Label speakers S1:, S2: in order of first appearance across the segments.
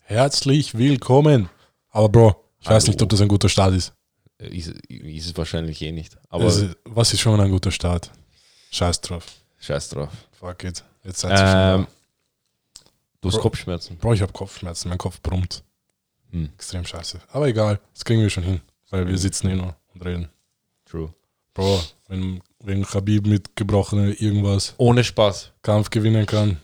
S1: Herzlich willkommen. Aber Bro, ich weiß
S2: Hallo.
S1: nicht, ob das ein guter Start ist.
S2: Äh, Ist, ist es wahrscheinlich eh nicht. Aber
S1: Es ist- was ist schon ein guter Start? Scheiß drauf.
S2: scheiß drauf.
S1: Fuck it. Jetzt seid ihr schon
S2: Ähm,
S1: da.
S2: du hast
S1: Bro.
S2: Kopfschmerzen.
S1: Bro, ich habe Kopfschmerzen. Mein Kopf brummt.
S2: Hm.
S1: Extrem scheiße. Aber egal, das kriegen wir schon hin. Weil wir sitzen eh nur und reden.
S2: True.
S1: Bro, wenn, wenn Khabib mit gebrochenem irgendwas
S2: Ohne Spaß.
S1: Kampf gewinnen kann,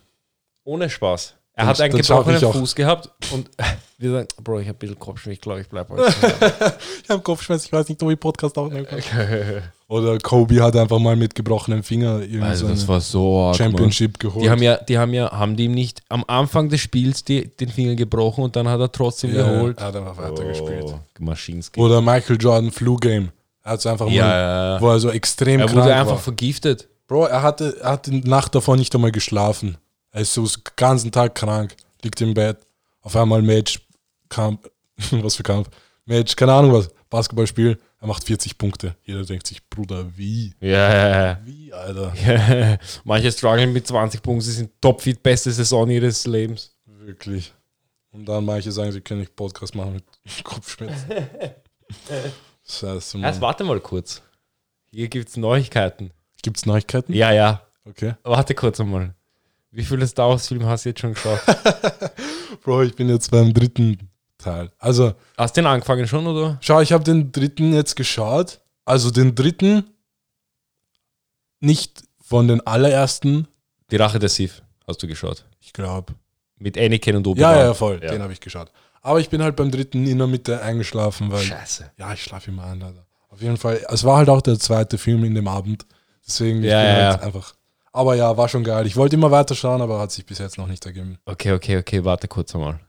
S2: Ohne Spaß. Er
S1: Dann-
S2: hat einen
S1: dann schaue ich
S2: gebrochenen
S1: auch.
S2: Fuß gehabt und wir sagen, Bro, ich habe ein bisschen Kopfschmerzen, ich glaube, ich bleibe heute.
S1: Ich habe Kopfschmerzen, ich weiß nicht, ob ich Podcast aufnehmen kann.
S2: daheim.
S1: Oder Kobe hat einfach mal mit gebrochenem Finger irgendwie
S2: also
S1: so
S2: das
S1: eine
S2: war so arg,
S1: Championship
S2: Mann.
S1: geholt.
S2: Die haben ja, die haben ja, haben die ihm nicht am Anfang des Spiels die, den Finger gebrochen und dann hat er trotzdem
S1: ja,
S2: geholt. Oh.
S1: Er hat einfach weitergespielt.
S2: Maschinski.
S1: Oder Michael Jordan Flu Game. Er hat es einfach
S2: Ja,
S1: mal,
S2: ja, ja.
S1: wo er so extrem
S2: Er
S1: krank
S2: wurde einfach
S1: war.
S2: vergiftet.
S1: Bro, er, hatte, er hat die Nacht davor nicht einmal geschlafen. Er ist so den ganzen Tag krank, liegt im Bett. Auf einmal Match, Kampf, was für Kampf? Match, keine Ahnung was, Basketballspiel. Er macht 40 Punkte. Jeder denkt sich, Bruder, wie?
S2: Ja, ja, ja.
S1: Wie, Alter?
S2: Manche strugglen mit 20 Punkten, sie sind topfit, beste Saison ihres Lebens.
S1: Wirklich. Und dann manche sagen, sie können nicht Podcast machen mit Kopfschmerzen. Scheiße,
S2: Erst
S1: Mann.
S2: warte mal kurz. Hier gibt's Neuigkeiten.
S1: Gibt's Neuigkeiten?
S2: Ja, ja.
S1: Okay.
S2: Warte kurz einmal. Wie viele Star Wars-Filme hast du jetzt schon geschaut?
S1: Bro, ich bin jetzt beim dritten Teil. Also,
S2: hast du den angefangen schon, oder?
S1: schau, ich habe den dritten jetzt geschaut. Also den dritten nicht von den allerersten,
S2: Die Rache der Sith hast du geschaut.
S1: ich glaube.
S2: Mit Anakin und Obi-Wan.
S1: Ja, ja, voll.
S2: Genau. Ja.
S1: Den habe ich geschaut. Aber ich bin halt beim dritten in der Mitte eingeschlafen, weil
S2: Scheiße.
S1: ja, ich schlafe immer ein, leider. Auf jeden Fall. Es war halt auch der zweite Film in dem Abend. Deswegen ich
S2: Ja,
S1: bin
S2: ja,
S1: halt
S2: ja.
S1: einfach. Aber ja, war schon geil. Ich wollte immer weiter schauen, aber hat sich bis jetzt noch nicht ergeben.
S2: Okay, okay, okay, warte kurz einmal.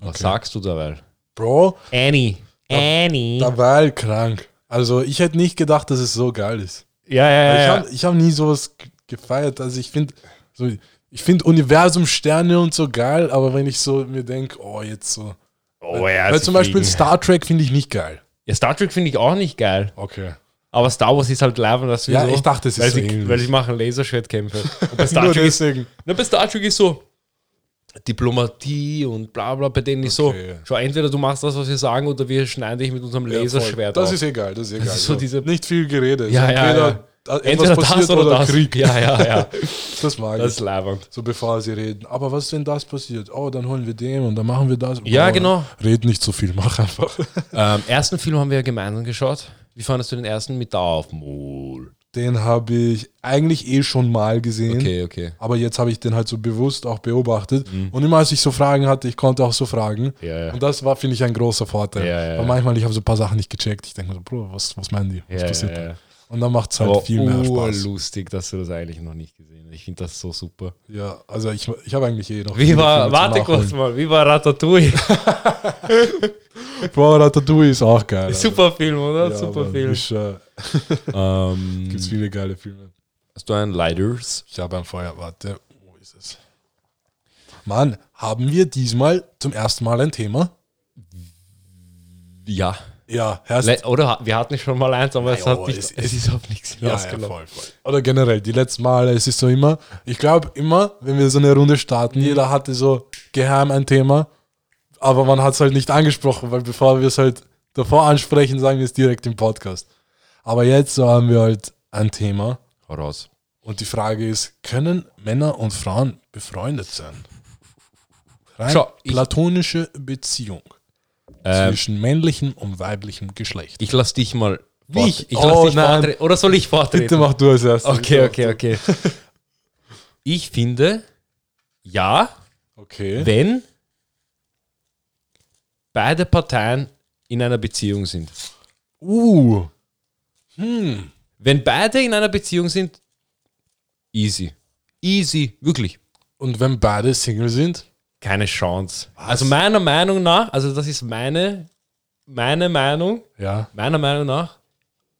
S2: Was
S1: Okay.
S2: sagst du dabei?
S1: Bro,
S2: Annie. Annie.
S1: da war halt krank. Also ich hätte nicht gedacht, dass es so geil ist.
S2: ja, ja, ja.
S1: ich
S2: ja.
S1: habe ich hab nie sowas ge- gefeiert. Also ich finde so, ich finde Universum, Sterne und so geil, aber wenn ich so mir denke, oh, jetzt so.
S2: oh, ja,
S1: Weil
S2: sie
S1: zum Beispiel
S2: fliegen.
S1: Star Trek finde ich nicht geil.
S2: ja, Star Trek finde ich auch nicht geil.
S1: Okay.
S2: Aber Star Wars ist halt live und das
S1: Ja, ich dachte, es ist
S2: weil
S1: so
S2: sie,
S1: ähnlich.
S2: Weil sie machen Laserschwertkämpfe. Und bei Star
S1: Nur
S2: Trek ist,
S1: deswegen.
S2: na, bei Star Trek ist so Diplomatie und bla bla, bei denen ist
S1: Okay, ja.
S2: so, schau, entweder du machst das, was wir sagen, oder wir schneiden dich mit unserem
S1: Ja, voll.
S2: Laserschwert
S1: Das
S2: auf.
S1: ist egal, das ist egal.
S2: ist so
S1: Ja.
S2: diese-
S1: nicht viel Gerede.
S2: Ja,
S1: So
S2: ja,
S1: entweder
S2: ja.
S1: da- etwas
S2: entweder das
S1: passiert
S2: oder, das.
S1: Krieg.
S2: Ja, ja, ja.
S1: Das mag
S2: Das ist
S1: ich.
S2: leibernd.
S1: So bevor sie reden. Aber was, wenn das passiert? Oh, dann holen wir den und dann machen wir das.
S2: Ja,
S1: Boah,
S2: genau.
S1: Red nicht so viel, mach einfach.
S2: Ähm, ersten Film haben wir ja gemeinsam geschaut. Wie fandest du den ersten mit da auf Mol?
S1: Den habe ich eigentlich eh schon mal gesehen.
S2: Okay, okay.
S1: Aber jetzt habe ich den halt so bewusst auch beobachtet. Und immer als ich so Fragen hatte, ich konnte auch so fragen.
S2: Mhm. Ja, ja.
S1: Und das war, finde ich, ein großer Vorteil.
S2: Ja, ja,
S1: Weil
S2: ja.
S1: manchmal, ich habe so ein paar Sachen nicht gecheckt. Ich denke mir so, Bro, was, was meinen die? Was
S2: Ja,
S1: passiert
S2: ja,
S1: da?
S2: ja.
S1: Und dann macht es halt
S2: Aber
S1: viel mehr Spaß.
S2: lustig, dass du das eigentlich noch nicht gesehen hast. Ich finde das so super.
S1: Ja, also ich, ich habe eigentlich eh noch.
S2: Wie
S1: viele
S2: war,
S1: Filme zum
S2: warte kurz
S1: Nachholen.
S2: mal, wie war Ratatouille?
S1: Bro, Ratatouille ist auch geil. Alter.
S2: Super Film, oder?
S1: Ja,
S2: Super
S1: Mann,
S2: Film.
S1: Ist, äh, gibt's viele geile Filme.
S2: Ähm, hast du einen Lighters?
S1: Ich habe ein Feuer, warte. Wo ist es? Mann, haben wir diesmal zum ersten Mal ein Thema?
S2: Ja.
S1: Ja, Herz.
S2: Le oder ha- wir hatten schon mal eins, aber es,
S1: Ja,
S2: hat
S1: oh,
S2: nicht,
S1: es-
S2: es,
S1: es-
S2: ist auf nichts genau.
S1: Ja, ja, voll,
S2: hinausgelaufen.
S1: voll. Oder generell, die letzten Male, es ist so immer, ich glaube immer, wenn wir so eine Runde
S2: Mhm.
S1: starten, jeder hatte so geheim ein Thema, aber man hat es halt nicht angesprochen, weil bevor wir es halt davor ansprechen, sagen wir es direkt im Podcast. Aber jetzt so haben wir halt ein Thema
S2: Hau raus.
S1: und die Frage ist, können Männer und Frauen befreundet sein? Rein
S2: Schau, ich-
S1: platonische Beziehung
S2: Ähm,
S1: zwischen männlichem und weiblichem Geschlecht.
S2: ich lass dich mal. fort-
S1: Mich?
S2: Ich lass
S1: Oh,
S2: dich
S1: nein.
S2: vortreten. Oder soll ich vortreten?
S1: Bitte mach du als erstes.
S2: Okay, okay, okay. Ich finde, ja,
S1: Okay.
S2: wenn beide Parteien in einer Beziehung sind.
S1: Uh.
S2: Wenn beide in einer Beziehung sind, easy. Easy, wirklich.
S1: Und wenn beide Single sind?
S2: Keine Chance. Also meiner Meinung nach, also das ist meine, meine Meinung,
S1: Ja.
S2: meiner Meinung nach,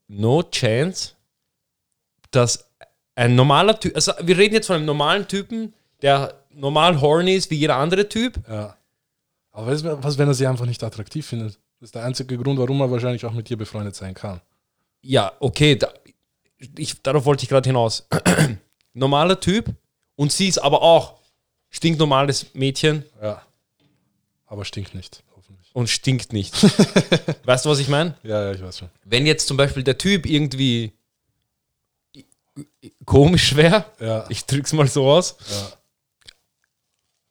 S2: no chance, dass ein normaler Typ, also wir reden jetzt von einem normalen Typen, der normal horny ist wie jeder andere Typ.
S1: ja. Aber was, was, wenn er sie einfach nicht attraktiv findet? Das ist der einzige Grund, warum er wahrscheinlich auch mit dir befreundet sein kann.
S2: Ja, okay, da, ich, darauf wollte ich gerade hinaus. normaler Typ und sie ist aber auch stinknormales Mädchen.
S1: Ja. aber stinkt nicht, hoffentlich.
S2: und stinkt nicht. weißt du, was ich meine?
S1: Ja, ja, ich weiß schon.
S2: Wenn jetzt zum Beispiel der Typ irgendwie komisch wäre,
S1: Ja,
S2: ich drück's mal so aus,
S1: ja.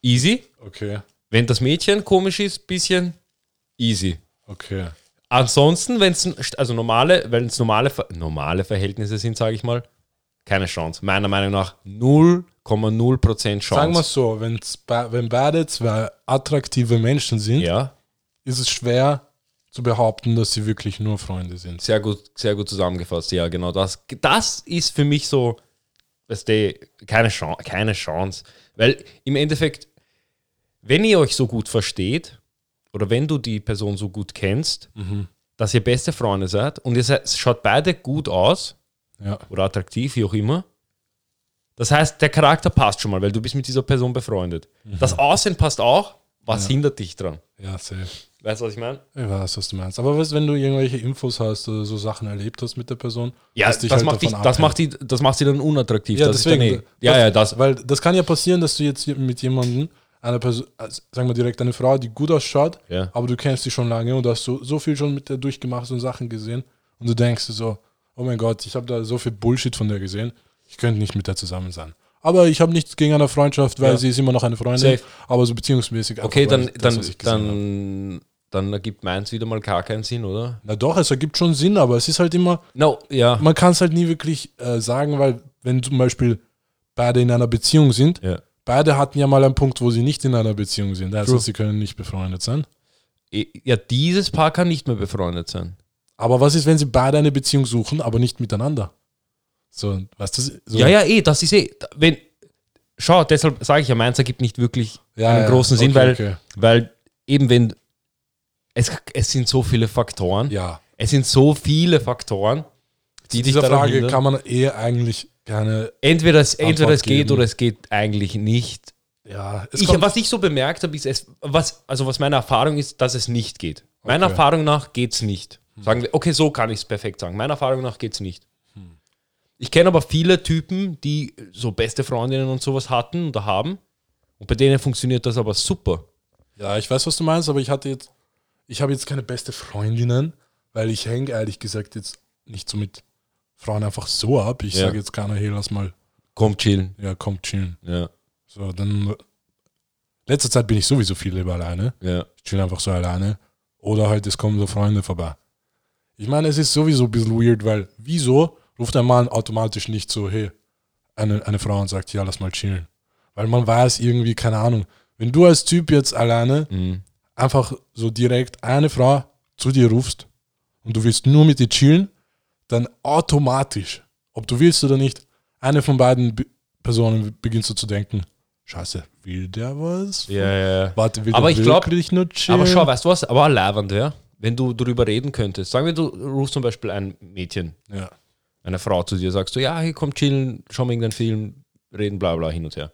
S2: easy.
S1: okay,
S2: Wenn das Mädchen komisch ist, bisschen easy.
S1: okay.
S2: Ansonsten, wenn es also normale, wenn es normale, Ver- normale Verhältnisse sind, sage ich mal, keine Chance. Meiner Meinung nach 0,0% Chance.
S1: Sagen wir es so, wenn's, be- wenn beide zwei attraktive Menschen sind,
S2: ja,
S1: ist es schwer zu behaupten, dass sie wirklich nur Freunde sind.
S2: sehr gut, sehr gut zusammengefasst. Ja, genau das. Das ist für mich so, weißt du, keine Chance, keine Chance. Weil im Endeffekt, wenn ihr euch so gut versteht oder wenn du die Person so gut kennst, dass ihr beste Freunde seid und ihr seid, schaut beide gut aus,
S1: Ja,
S2: oder attraktiv, wie auch immer. Das heißt, der Charakter passt schon mal, weil du bist mit dieser Person befreundet. Das Aussehen passt auch, was hindert dich dran?
S1: ja, safe.
S2: Weißt du, was ich meine?
S1: Ich weiß, was du meinst. Aber weißt, wenn du irgendwelche Infos hast oder so Sachen erlebt hast mit der Person,
S2: Ja,
S1: was
S2: das, macht dich,
S1: halt davon
S2: das,
S1: abhält.
S2: macht die, das macht sie dann unattraktiv.
S1: Ja,
S2: das
S1: deswegen.
S2: Ist dann eh, ja, ja, das.
S1: Weil das kann ja passieren, dass du jetzt hier mit jemandem, einer Person, also sagen wir direkt eine Frau, die gut ausschaut,
S2: Ja.
S1: aber du kennst die schon lange und hast so, so viel schon mit der durchgemacht und Sachen gesehen und du denkst dir so, oh mein Gott, ich habe da so viel Bullshit von der gesehen, ich könnte nicht mit der zusammen sein. Aber ich habe nichts gegen eine Freundschaft, weil
S2: Ja.
S1: sie ist immer noch eine Freundin,
S2: Safe.
S1: aber so beziehungsmäßig. einfach,
S2: Okay,
S1: weil
S2: dann,
S1: ich- das,
S2: dann,
S1: was ich gesehen habe.
S2: dann, dann ergibt meins wieder mal gar keinen Sinn, oder?
S1: Na doch, es ergibt schon Sinn, aber es ist halt immer,
S2: No, ja.
S1: man kann es halt nie wirklich äh, sagen, weil wenn zum Beispiel beide in einer Beziehung sind,
S2: ja.
S1: Beide hatten ja mal einen Punkt, wo sie nicht in einer Beziehung sind. Also
S2: True.
S1: sie können nicht befreundet sein.
S2: Ja, dieses Paar kann nicht mehr befreundet sein.
S1: Aber was ist, wenn sie beide eine Beziehung suchen, aber nicht miteinander? So, weißt du? So,
S2: Ja, ja, eh, das ist eh. da- Wenn, schau, deshalb sage ich ja, meins ergibt nicht wirklich
S1: Ja,
S2: einen
S1: ja,
S2: großen Sinn,
S1: okay,
S2: weil,
S1: okay.
S2: weil eben wenn es, es sind so viele Faktoren,
S1: Ja.
S2: es sind so viele Faktoren, die
S1: Die
S2: dich
S1: dieser
S2: daran
S1: Frage
S2: hindern.
S1: kann man eh eigentlich keine.
S2: Entweder es,
S1: Antwort
S2: entweder es geht
S1: geben.
S2: oder es geht eigentlich nicht.
S1: Ja, es
S2: Ich,
S1: kommt,
S2: was ich so bemerkt habe, ist, es, was, also was meine Erfahrung ist, dass es nicht geht. Meiner
S1: Okay.
S2: Erfahrung nach geht es nicht. Sagen wir, okay, so kann ich es perfekt sagen. Meiner Erfahrung nach geht es nicht. Ich kenne aber viele Typen, die so beste Freundinnen und sowas hatten oder haben. Und bei denen funktioniert das aber super.
S1: ja, ich weiß, was du meinst, aber ich hatte jetzt, ich habe jetzt keine beste Freundinnen, weil ich hänge ehrlich gesagt jetzt nicht so mit Frauen einfach so ab. Ich
S2: Ja.
S1: sage jetzt keiner, hey, lass mal,
S2: Komm chillen.
S1: ja, komm, chillen.
S2: Ja,
S1: So, dann. Letzter Zeit bin ich sowieso viel lieber alleine.
S2: ja.
S1: Ich chill einfach so alleine. Oder halt, es kommen so Freunde vorbei. Ich meine, es ist sowieso ein bisschen weird, weil wieso ruft ein Mann automatisch nicht so, hey, eine, eine Frau und sagt, ja, lass mal chillen. Weil man weiß irgendwie, keine Ahnung, wenn du als Typ jetzt alleine
S2: Mhm.
S1: einfach so direkt eine Frau zu dir rufst und du willst nur mit ihr chillen, dann automatisch, ob du willst oder nicht, eine von beiden Be- Personen beginnst du zu denken, scheiße, will der was?
S2: Ja, ja, ja.
S1: Warte, will
S2: Aber
S1: der
S2: ich glaub-
S1: wirklich nur chillen?
S2: Aber schau, weißt du was? Aber leibend wäre, wenn du darüber reden könntest. Sagen wir, du rufst zum Beispiel ein Mädchen,
S1: Ja.
S2: eine Frau zu dir, sagst du, ja, hier komm chillen, schau mal irgendeinen Film, reden, bla bla, hin und her.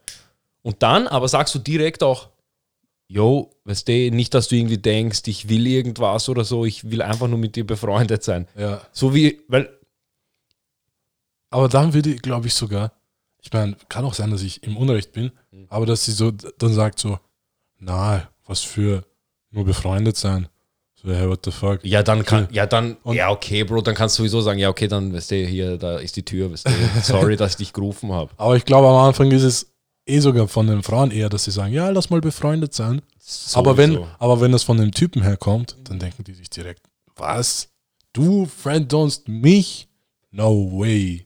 S2: Und dann aber sagst du direkt auch, yo, weißt du, nicht, dass du irgendwie denkst, ich will irgendwas oder so, ich will einfach nur mit dir befreundet sein.
S1: Ja.
S2: So wie, weil,
S1: Aber dann würde ich, glaube ich, sogar, ich meine, kann auch sein, dass ich im Unrecht bin,
S2: Mhm.
S1: aber dass sie so d- dann sagt so, na, was für nur befreundet sein. So, hey, what the fuck?
S2: ja, dann kann,
S1: Okay.
S2: ja, dann,
S1: Und-
S2: ja, okay, Bro, dann kannst du sowieso sagen, ja, okay, dann, weißt du, hier, da ist die Tür, weißt du, sorry, dass ich dich gerufen habe.
S1: Aber ich glaube, am Anfang ist es eh sogar von den Frauen eher, dass sie sagen, ja, lass mal befreundet sein. Aber wenn, aber wenn das von dem Typen herkommt, dann denken die sich direkt, was? Du friendzonest mich? No way.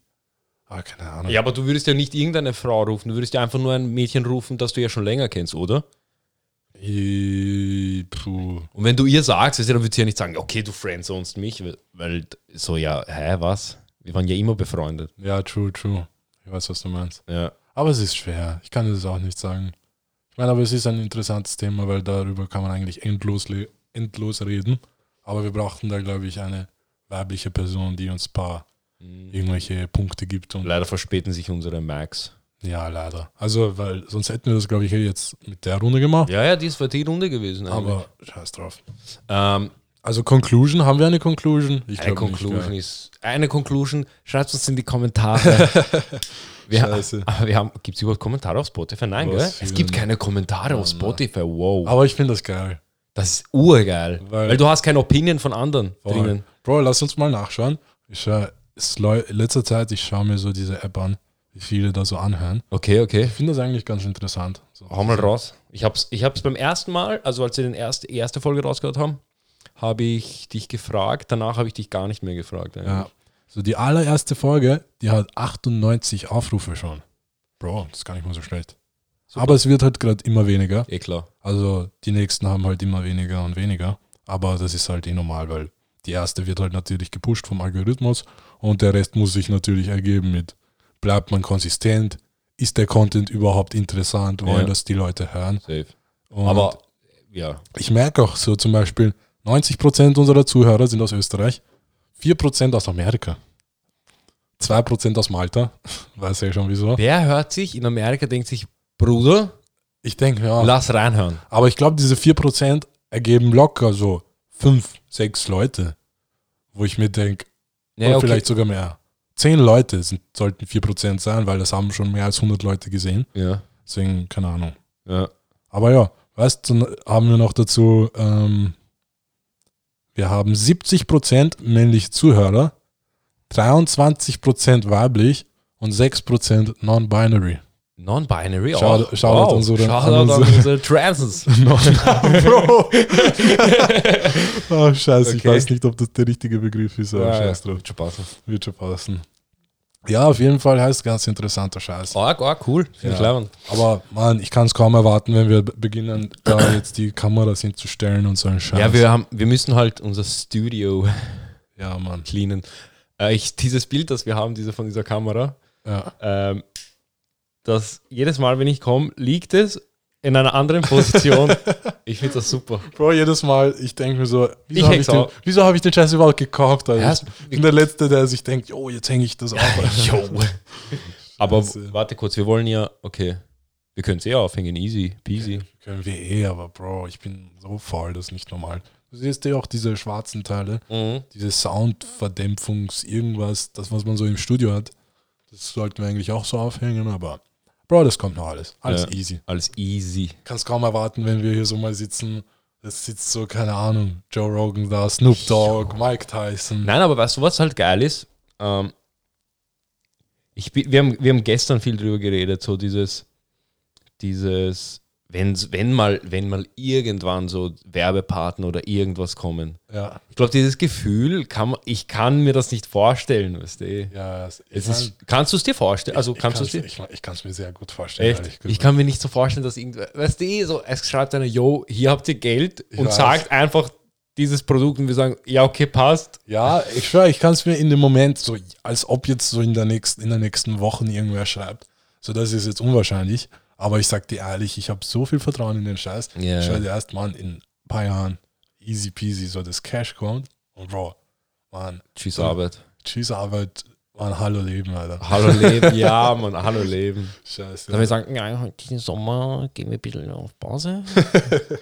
S1: Ah, keine Ahnung.
S2: Ja, aber du würdest ja nicht irgendeine Frau rufen, du würdest ja einfach nur ein Mädchen rufen, das du ja schon länger kennst, oder?
S1: I, puh.
S2: Und wenn du ihr sagst, weißt du, dann würde sie ja nicht sagen, okay, du friendzonest mich, weil- weil so, ja, hä, was? Wir waren ja immer befreundet.
S1: Ja, true, true. Ich weiß, was du meinst.
S2: Ja.
S1: Aber es ist schwer. Ich kann das auch nicht sagen. Ich meine, aber es ist ein interessantes Thema, weil darüber kann man eigentlich endlos, le- endlos reden. Aber wir brauchten da, glaube ich, eine weibliche Person, die uns ein paar
S2: Mhm.
S1: irgendwelche Punkte gibt. Und
S2: Leider verspäten sich unsere Max.
S1: ja, leider. Also, weil sonst hätten wir das, glaube ich, eh jetzt mit der Runde gemacht.
S2: Ja, ja, dies war die Runde gewesen. eigentlich.
S1: aber scheiß drauf.
S2: ähm,
S1: Also, Conclusion, haben wir eine Conclusion? Ich
S2: eine
S1: glaub nicht,
S2: Conclusion
S1: gell?
S2: ist, eine Conclusion, schreibt uns in die Kommentare. wir,
S1: Scheiße.
S2: Aber wir haben, gibt es überhaupt Kommentare auf Spotify? Nein,
S1: Was
S2: gell?
S1: für
S2: Es gibt
S1: ein-
S2: keine Kommentare auf Spotify, wow.
S1: Aber ich finde das geil.
S2: Das ist urgeil.
S1: Weil-
S2: Weil, du hast keine Opinion von anderen drinnen.
S1: Bro, lass uns mal nachschauen. Ich äh, schaue, in letzter Zeit, ich schaue mir so diese App an, wie viele da so anhören.
S2: Okay, okay.
S1: Ich finde das eigentlich ganz interessant. So.
S2: Hau mal raus. Ich hab's, ich hab's beim ersten Mal, also als wir den erst, die erste Folge rausgehört haben, habe ich dich gefragt. Danach habe ich dich gar nicht mehr gefragt. eigentlich.
S1: Ja. So die allererste Folge, die hat 98 Aufrufe schon. Bro, das ist gar nicht mal so schlecht.
S2: Super.
S1: Aber es wird halt gerade immer weniger.
S2: Eh klar.
S1: Also die nächsten haben halt immer weniger und weniger. Aber das ist halt eh normal, weil die erste wird halt natürlich gepusht vom Algorithmus und der Rest muss sich natürlich ergeben mit, bleibt man konsistent, ist der Content überhaupt interessant, wollen
S2: Ja.
S1: das die Leute hören.
S2: Safe.
S1: Und
S2: Aber ja,
S1: ich merke auch so zum Beispiel, 90% unserer Zuhörer sind aus Österreich, 4% aus Amerika, 2% aus Malta, weiß ja schon wieso.
S2: Wer hört sich in Amerika, denkt sich, Bruder,
S1: Ich denke, ja.
S2: lass reinhören.
S1: Aber ich glaube, diese 4% ergeben locker so fünf, sechs Leute, wo ich mir denke,
S2: Ja,
S1: oder
S2: okay.
S1: vielleicht sogar mehr. Zehn Leute sind, sollten 4% sein, weil das haben schon mehr als 100 Leute gesehen.
S2: Ja,
S1: Deswegen, keine Ahnung.
S2: ja.
S1: Aber ja, weißt du, dann haben wir noch dazu, ähm, wir haben 70% männliche Zuhörer, 23% weiblich und 6% non-binary.
S2: Non-binary
S1: Shout-
S2: auch.
S1: shoutout an unsere-
S2: Shoutout
S1: an
S2: an
S1: unsere-
S2: unsere Transens.
S1: Bro! oh, scheiße, ich
S2: Okay.
S1: weiß nicht, ob das der richtige Begriff ist, aber scheiß drauf.
S2: Wird schon passen.
S1: Ah, Wird schon passen. Ja, auf jeden Fall heißt ganz interessanter Scheiß.
S2: Arg, arg, Ah, cool. Finde ich
S1: Ja.
S2: leibend.
S1: Aber Mann, ich kann es kaum erwarten, wenn wir be- beginnen, da jetzt die Kameras hinzustellen und so einen Scheiß.
S2: Ja, wir, haben, wir müssen halt unser Studio
S1: ja Mann.
S2: cleanen. Äh, ich, dieses Bild, das wir haben, diese von dieser Kamera,
S1: Ja.
S2: ähm, das jedes Mal, wenn ich komme, liegt es in einer anderen Position. ich finde das super.
S1: Bro, jedes Mal, ich denke mir so,
S2: Ich
S1: wieso habe ich,
S2: häng's
S1: den-
S2: auf.
S1: wieso hab ich den Scheiß überhaupt gekauft? Alter?
S2: Ja,
S1: ich bin der Letzte, der sich denkt, oh, jetzt hänge ich das auf.
S2: Jo. Aber
S1: Scheiße.
S2: warte kurz, wir wollen ja, okay, wir können es eh aufhängen, easy, peasy.
S1: Können wir eh, aber Bro, ich bin so faul, das ist nicht normal. Du siehst ja auch diese schwarzen Teile.
S2: Mhm.
S1: diese Soundverdämpfungs irgendwas, das was man so im Studio hat, das sollten wir eigentlich auch so aufhängen, aber Bro, das kommt noch alles. Alles
S2: Ja.
S1: easy.
S2: Alles easy.
S1: Kannst kaum erwarten, wenn wir hier so mal sitzen. Es sitzt so, keine Ahnung, Joe Rogan da, Snoop Dogg, Mike Tyson.
S2: Nein, aber weißt du, was halt geil ist? Ähm, ich, bin- wir, haben, wir haben gestern viel drüber geredet, so dieses, dieses, wenn's, wenn, mal, wenn mal irgendwann so Werbepartner oder irgendwas kommen.
S1: Ja,
S2: Ich glaube, dieses Gefühl, kann, man- ich kann mir das nicht vorstellen, weißt du.
S1: ja, es
S2: Es ist, kannst du es dir vorstellen? Also
S1: ich
S2: kannst du es
S1: kann's-
S2: dir?
S1: Ich, ich kann es mir sehr gut vorstellen. ehrlich
S2: Echt? Ich
S1: gesagt.
S2: kann mir nicht so vorstellen, dass irgendwer, weißt du, so, es schreibt einer, yo, hier habt ihr Geld und
S1: weiß.
S2: sagt einfach dieses Produkt und wir sagen, ja, okay, passt.
S1: ja, ich schwöre, ich kann es mir in dem Moment so, als ob jetzt so in der nächsten, in der nächsten Wochen irgendwer schreibt. So, das ist jetzt unwahrscheinlich. Aber ich sag dir ehrlich, ich habe so viel Vertrauen in den Scheiß.
S2: Ja.
S1: Ich schau dir erst, Mann, in ein paar Jahren easy peasy so das Cash kommt. Und Bro, Mann,
S2: Tschüss, Arbeit.
S1: tschüss Arbeit, Mann, hallo Leben, Alter.
S2: Hallo Leben, ja, Mann, hallo Leben.
S1: Scheiße.
S2: Dann wir sagen, ja, diesen Sommer gehen wir ein bisschen auf Pause.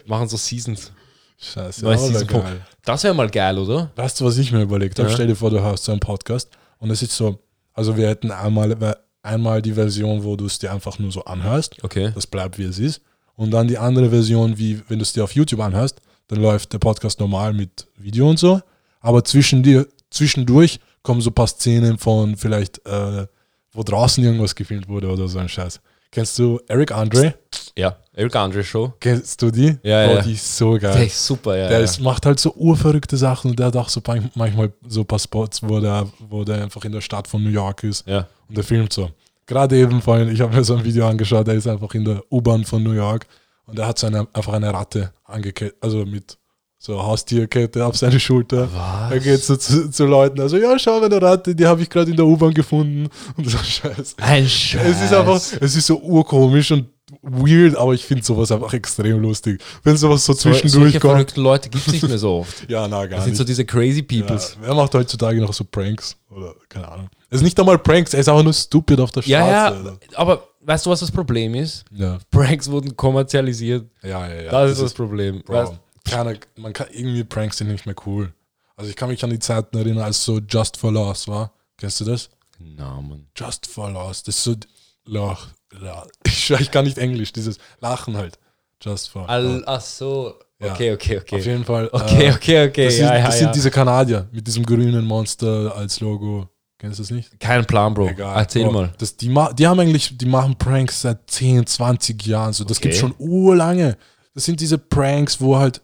S2: Machen so Seasons.
S1: Scheiße.
S2: Neues
S1: aber
S2: Season
S1: geil.
S2: Pro. Das wäre mal geil, oder?
S1: Weißt du, was ich mir überlegt habe?
S2: Ja.
S1: Stell dir vor, du hast so einen Podcast und es ist so, also wir hätten einmal, einmal die Version, wo du es dir einfach nur so anhörst.
S2: Okay.
S1: Das bleibt, wie es ist. Und dann die andere Version, wie wenn du es dir auf YouTube anhörst, dann läuft der Podcast normal mit Video und so. Aber zwischen dir, zwischendurch kommen so ein paar Szenen von vielleicht, äh, wo draußen irgendwas gefilmt wurde oder so ein Scheiß. Kennst du Eric Andre?
S2: Ja, Eric Andre Show.
S1: Kennst du die?
S2: Ja,
S1: oh,
S2: ja.
S1: Die ist so geil.
S2: Der ist super, ja.
S1: Der
S2: ja.
S1: ist, macht halt so urverrückte Sachen und der hat auch so pan- manchmal so ein paar Spots, wo der, wo der einfach in der Stadt von New York ist
S2: ja.
S1: und der filmt so. Gerade eben vorhin, ich habe mir so ein Video angeschaut, der ist einfach in der U-Bahn von New York und er hat so eine, einfach eine Ratte angekettet, also mit so Haustierkette auf seine Schulter.
S2: Was?
S1: Er geht so zu, zu Leuten, also ja, schau meine Ratte, die habe ich gerade in der U-Bahn gefunden und so Scheiß.
S2: Ein Scheiß.
S1: Es ist einfach, es ist so urkomisch und weird, aber ich finde sowas einfach extrem lustig. Wenn sowas so zwischendurch
S2: Solche
S1: kommt.
S2: verrückten Leute gibt es nicht mehr so oft.
S1: Ja, na, gar
S2: Das sind
S1: nicht.
S2: so diese crazy
S1: Ja,
S2: peoples.
S1: wer macht heutzutage noch so Pranks? Oder keine Ahnung. Es ist nicht einmal Pranks, er ist einfach nur stupid auf der Straße.
S2: Ja, ja,
S1: Alter.
S2: aber weißt du, was das Problem ist?
S1: ja.
S2: Pranks wurden kommerzialisiert.
S1: Ja, ja, ja.
S2: das, ist das Problem. Weißt-
S1: Bro, keiner, man kann irgendwie Pranks sind nicht mehr cool. Also ich kann mich an die Zeiten erinnern, als so Just for Lost war. Kennst du das?
S2: Na, Mann.
S1: Just for Lost. Das ist so. Lach, lach. Ich, schwör, ich kann nicht Englisch, dieses Lachen halt. Just for
S2: All, ach so.
S1: Ja.
S2: Okay, okay, okay.
S1: Auf jeden Fall.
S2: Okay,
S1: äh,
S2: okay, okay.
S1: Das,
S2: ja,
S1: sind,
S2: ja,
S1: das
S2: ja.
S1: sind diese Kanadier mit diesem grünen Monster als Logo. Kennst du das nicht?
S2: Kein Plan, Bro. Erzähl
S1: Bro,
S2: mal.
S1: Das, die, ma- die haben eigentlich, die machen Pranks seit 10, 20 Jahren. So. Das
S2: Okay.
S1: gibt's schon urlange. Das sind diese Pranks, wo halt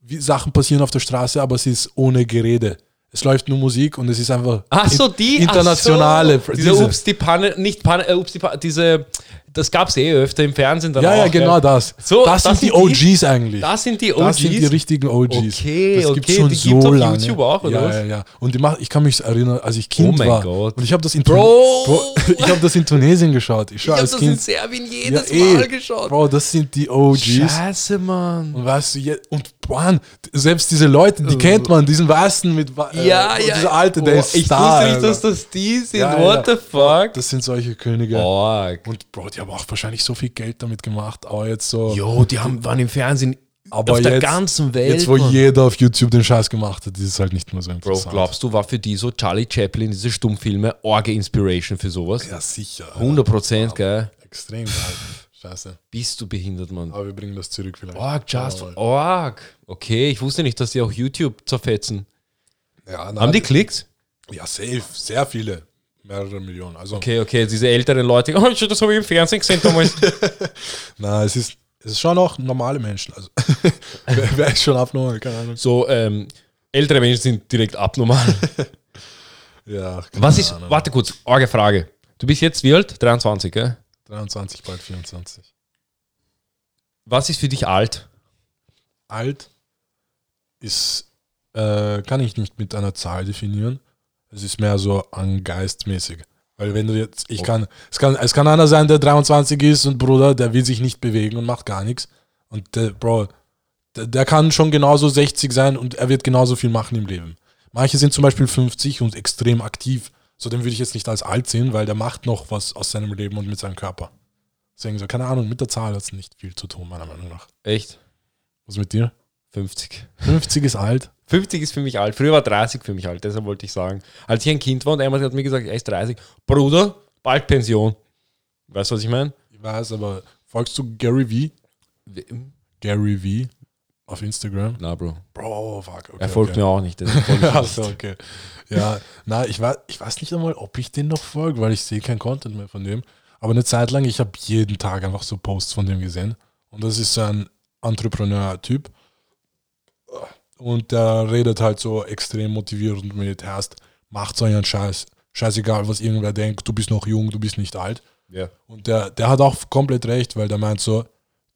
S1: wie Sachen passieren auf der Straße, aber es ist ohne Gerede. Es läuft nur Musik und es ist einfach
S2: Ach so,
S1: in-
S2: die
S1: internationale.
S2: Ach so, diese, Ups, die Panne, nicht Panne, äh, Ups, die Panne, diese, das gab es eh öfter im Fernsehen. Dann
S1: ja,
S2: auch,
S1: ja,
S2: gell?
S1: genau das.
S2: So,
S1: das,
S2: das
S1: sind die
S2: sind die-
S1: OGs eigentlich.
S2: Das sind die OGs.
S1: Das sind die richtigen OGs.
S2: Okay,
S1: das
S2: okay, die gibt's auf YouTube auch, oder
S1: ja,
S2: was?
S1: Ja, ja. Und die mach, ich kann mich erinnern, als ich Kind
S2: Oh mein
S1: war.
S2: Gott.
S1: Und ich habe das in
S2: Bro!
S1: Bro, ich habe das in Tunesien geschaut. Ich,
S2: ich
S1: schau
S2: hab
S1: als
S2: das in
S1: Kind.
S2: Serbien jedes
S1: eh.
S2: Mal geschaut.
S1: Bro, das sind die OGs.
S2: Scheiße, Mann.
S1: Und weißt du, je- und man, selbst diese Leute, die kennt man, diesen Weißen mit wa- äh,
S2: Äh. Ja,
S1: und
S2: ja.
S1: dieser Alte, der
S2: Boah,
S1: ist
S2: Ich
S1: Star,
S2: wusste nicht,
S1: Alter.
S2: dass das die sind.
S1: Ja,
S2: What
S1: ja.
S2: the fuck?
S1: Das sind solche Könige.
S2: Org.
S1: Und Bro, die haben auch wahrscheinlich so viel Geld damit gemacht, aber jetzt so.
S2: Jo, die haben, waren im Fernsehen
S1: aber
S2: auf
S1: jetzt,
S2: der ganzen Welt.
S1: jetzt, wo
S2: Mann.
S1: jeder auf YouTube den Scheiß gemacht hat, ist es halt nicht mehr so
S2: Bro,
S1: interessant.
S2: glaubst du, war für die so Charlie Chaplin, diese Stummfilme, Orge Inspiration für sowas?
S1: Ja, sicher. Alter.
S2: 100 Prozent, gell?
S1: Extrem geil. Scheiße.
S2: Bist du behindert, Mann?
S1: Aber wir bringen das zurück vielleicht.
S2: Org, just
S1: Aber-
S2: Org. Okay, ich wusste nicht, dass die auch YouTube zerfetzen.
S1: Ja, na,
S2: Haben die Klicks?
S1: ja, safe. Sehr viele. Mehrere Millionen. Also,
S2: Okay, okay, diese älteren Leute. Oh, das habe ich im Fernsehen gesehen damals.
S1: na, es ist, es ist schon auch normale Menschen. Also, wer, wer ist schon abnormal? Keine Ahnung.
S2: so, ähm, ältere Menschen sind direkt abnormal.
S1: Ja, keine
S2: Was ist,
S1: Ahnung.
S2: warte kurz, arge Frage. Du bist jetzt wie alt? 23, gell?
S1: 23, bald 24.
S2: Was ist für dich alt?
S1: Alt ist, äh, kann ich nicht mit einer Zahl definieren. Es ist mehr so angeistmäßig. Weil wenn du jetzt, ich kann, es kann, es kann einer sein, der 23 ist und Bruder, der will sich nicht bewegen und macht gar nichts. Und der, Bro, der, der kann schon genauso 60 sein und er wird genauso viel machen im Leben. Manche sind zum Beispiel 50 und extrem aktiv. So den würde ich jetzt nicht als alt sehen, weil der macht noch was aus seinem Leben und mit seinem Körper. Deswegen so, keine Ahnung, mit der Zahl hat es nicht viel zu tun, meiner Meinung nach.
S2: Echt?
S1: Was mit dir?
S2: 50.
S1: 50 ist alt.
S2: 50 ist für mich alt. Früher war 30 für mich alt, deshalb wollte ich sagen. Als ich ein Kind war und einmal hat mir gesagt, er ist 30. Bruder, bald Pension. Weißt du, was ich meine?
S1: Ich weiß, aber folgst du Gary V? Gary V auf Instagram?
S2: Na, Bro.
S1: Bro, fuck. Okay,
S2: Er folgt
S1: okay.
S2: mir auch nicht. deshalb folge ich
S1: Ja,
S2: ihm
S1: so,
S2: nicht.
S1: okay. Ja, na, ich weiß, ich weiß nicht einmal, ob ich den noch folge, weil ich sehe kein Content mehr von dem. Aber eine Zeit lang, ich habe jeden Tag einfach so Posts von dem gesehen. Und das ist so ein Entrepreneur-Typ. Und der redet halt so extrem motivierend mit, erst macht so einen Scheiß. Scheißegal, was irgendwer denkt, du bist noch jung, du bist nicht alt.
S2: Ja.
S1: Und der, der hat auch komplett recht, weil der meint so,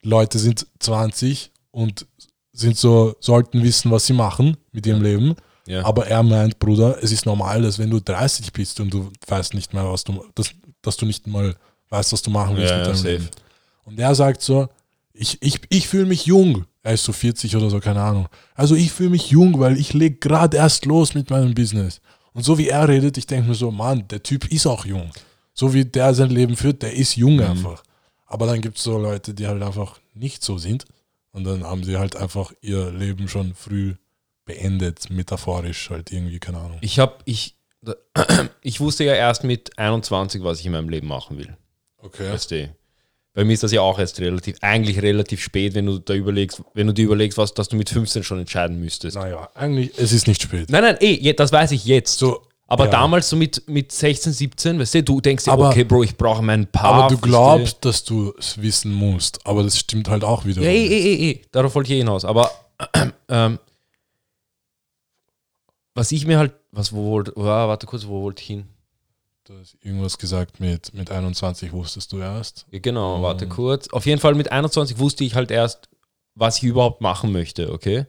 S1: Leute sind 20 und sind so, sollten wissen, was sie machen mit ihrem Leben.
S2: Ja.
S1: Aber er meint, Bruder, es ist normal, dass wenn du 30 bist und du weißt nicht mehr, was du, dass, dass du nicht mal weißt, was du machen willst
S2: Ja,
S1: mit
S2: ja,
S1: deinem
S2: safe.
S1: Leben. Und er sagt so, ich, ich, ich fühle mich jung. Er ist so 40 oder so, keine Ahnung. Also ich fühle mich jung, weil ich leg gerade erst los mit meinem Business. Und so wie er redet, ich denke mir so, Mann, der Typ ist auch jung. So wie der sein Leben führt, der ist
S2: Mhm.
S1: jung einfach. Aber dann gibt es so Leute, die halt einfach nicht so sind. Und dann haben sie halt einfach ihr Leben schon früh beendet, metaphorisch halt irgendwie, keine Ahnung.
S2: Ich habe, ich, ich wusste ja erst mit 21, was ich in meinem Leben machen will.
S1: Okay.
S2: Weißt du? Bei mir ist das ja auch erst relativ, eigentlich relativ spät, wenn du da überlegst, wenn du dir überlegst, was, dass du mit 15 schon entscheiden müsstest.
S1: Naja, eigentlich, es ist nicht spät.
S2: Nein, nein, eh, je- das weiß ich jetzt.
S1: So,
S2: aber
S1: ja.
S2: damals so mit, mit 16, 17, weißt du, du denkst dir,
S1: Aber-
S2: okay, Bro, ich brauche meinen Paar.
S1: Aber du
S2: versteh?
S1: glaubst, dass du es wissen musst. Aber das stimmt halt auch wieder.
S2: Ja, eh, eh, eh, eh, darauf wollte ich eh hinaus. Aber ähm, was ich mir halt, was, wo wollte, oh, warte kurz, wo wollte ich hin?
S1: Du hast irgendwas gesagt mit, mit 21 wusstest du erst.
S2: Ja, genau, warte kurz. Auf jeden Fall mit 21 wusste ich halt erst, was ich überhaupt machen möchte, okay?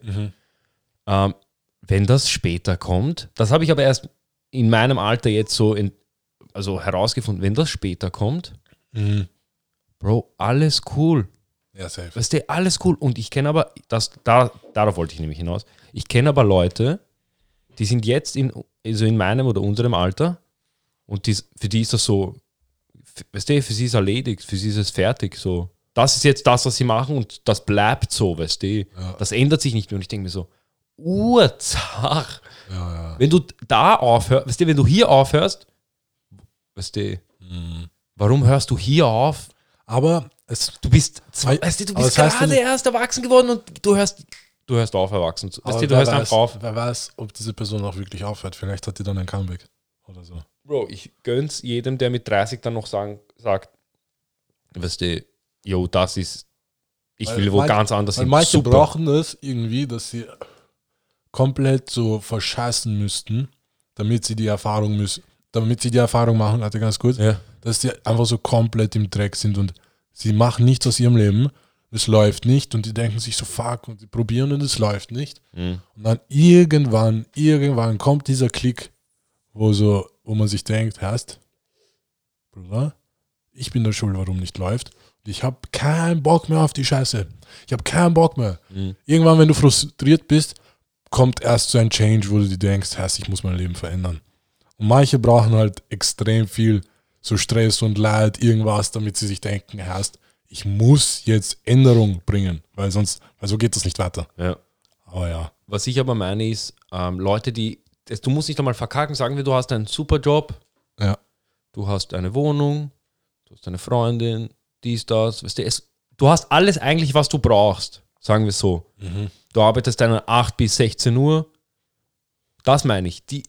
S2: Ähm, wenn das später kommt, das habe ich aber erst in meinem Alter jetzt so in, also herausgefunden, wenn das später kommt,
S1: Mhm.
S2: Bro, alles cool.
S1: Ja, safe.
S2: Weißt du, alles cool. Und ich kenne aber, das, da, darauf wollte ich nämlich hinaus, ich kenne aber Leute, die sind jetzt in, also in meinem oder unserem Alter und die, für die ist das so, f- weißt du, für sie ist erledigt, für sie ist es fertig. So. Das ist jetzt das, was sie machen und das bleibt so, weißt du. Das ändert sich nicht mehr. Und ich denke mir so, Urzach.
S1: Ja, ja.
S2: Wenn du da aufhörst, weißt du, wenn du hier aufhörst, weißt du,
S1: Mhm.
S2: warum hörst du hier auf?
S1: Aber es,
S2: Du bist, zwei,
S1: Aber-
S2: weißt du, du
S1: aber
S2: bist
S1: das heißt ja
S2: gerade
S1: nicht-
S2: erst erwachsen geworden und du hörst du hörst auf, erwachsen zu. Weißt
S1: Aber
S2: du, du
S1: wer
S2: hörst
S1: weiß-
S2: einfach auf.
S1: Wer weiß, ob diese Person auch wirklich aufhört. Vielleicht hat die dann ein Comeback oder so.
S2: Bro, ich gönn's jedem, der mit 30 dann noch sagen, sagt, weißt du, yo, das ist, ich
S1: Weil
S2: will wo
S1: manche-
S2: ganz anders
S1: Weil
S2: hin.
S1: manche
S2: Super.
S1: brauchen das irgendwie, dass sie komplett so verscheißen müssten, damit sie die Erfahrung müssen, damit sie die Erfahrung machen, hatte ganz kurz,
S2: Ja.
S1: dass die einfach so komplett im Dreck sind und sie machen nichts aus ihrem Leben, es läuft nicht und die denken sich so fuck und die probieren und es läuft nicht.
S2: Mhm.
S1: Und dann irgendwann, irgendwann kommt dieser Klick, wo so, wo man sich denkt, hast, Bruder, ich bin der Schuld, warum nicht läuft. Und ich habe keinen Bock mehr auf die Scheiße. Ich habe keinen Bock mehr.
S2: Mhm.
S1: Irgendwann, wenn du frustriert bist, kommt erst so ein Change, wo du dir denkst, hast, ich muss mein Leben verändern. Und manche brauchen halt extrem viel so Stress und Leid, irgendwas, damit sie sich denken, hast, ich muss jetzt Änderung bringen, weil sonst, weil so geht das nicht weiter.
S2: Ja.
S1: Aber ja.
S2: Was ich aber meine ist, ähm, Leute, die, das, du musst nicht einmal verkacken, sagen wir, du hast einen super Job,
S1: Ja.
S2: du hast eine Wohnung, du hast eine Freundin, dies, das, weißt du, es, du hast alles eigentlich, was du brauchst, sagen wir so. Du arbeitest dann 8 bis 16 Uhr. Das meine ich. Die,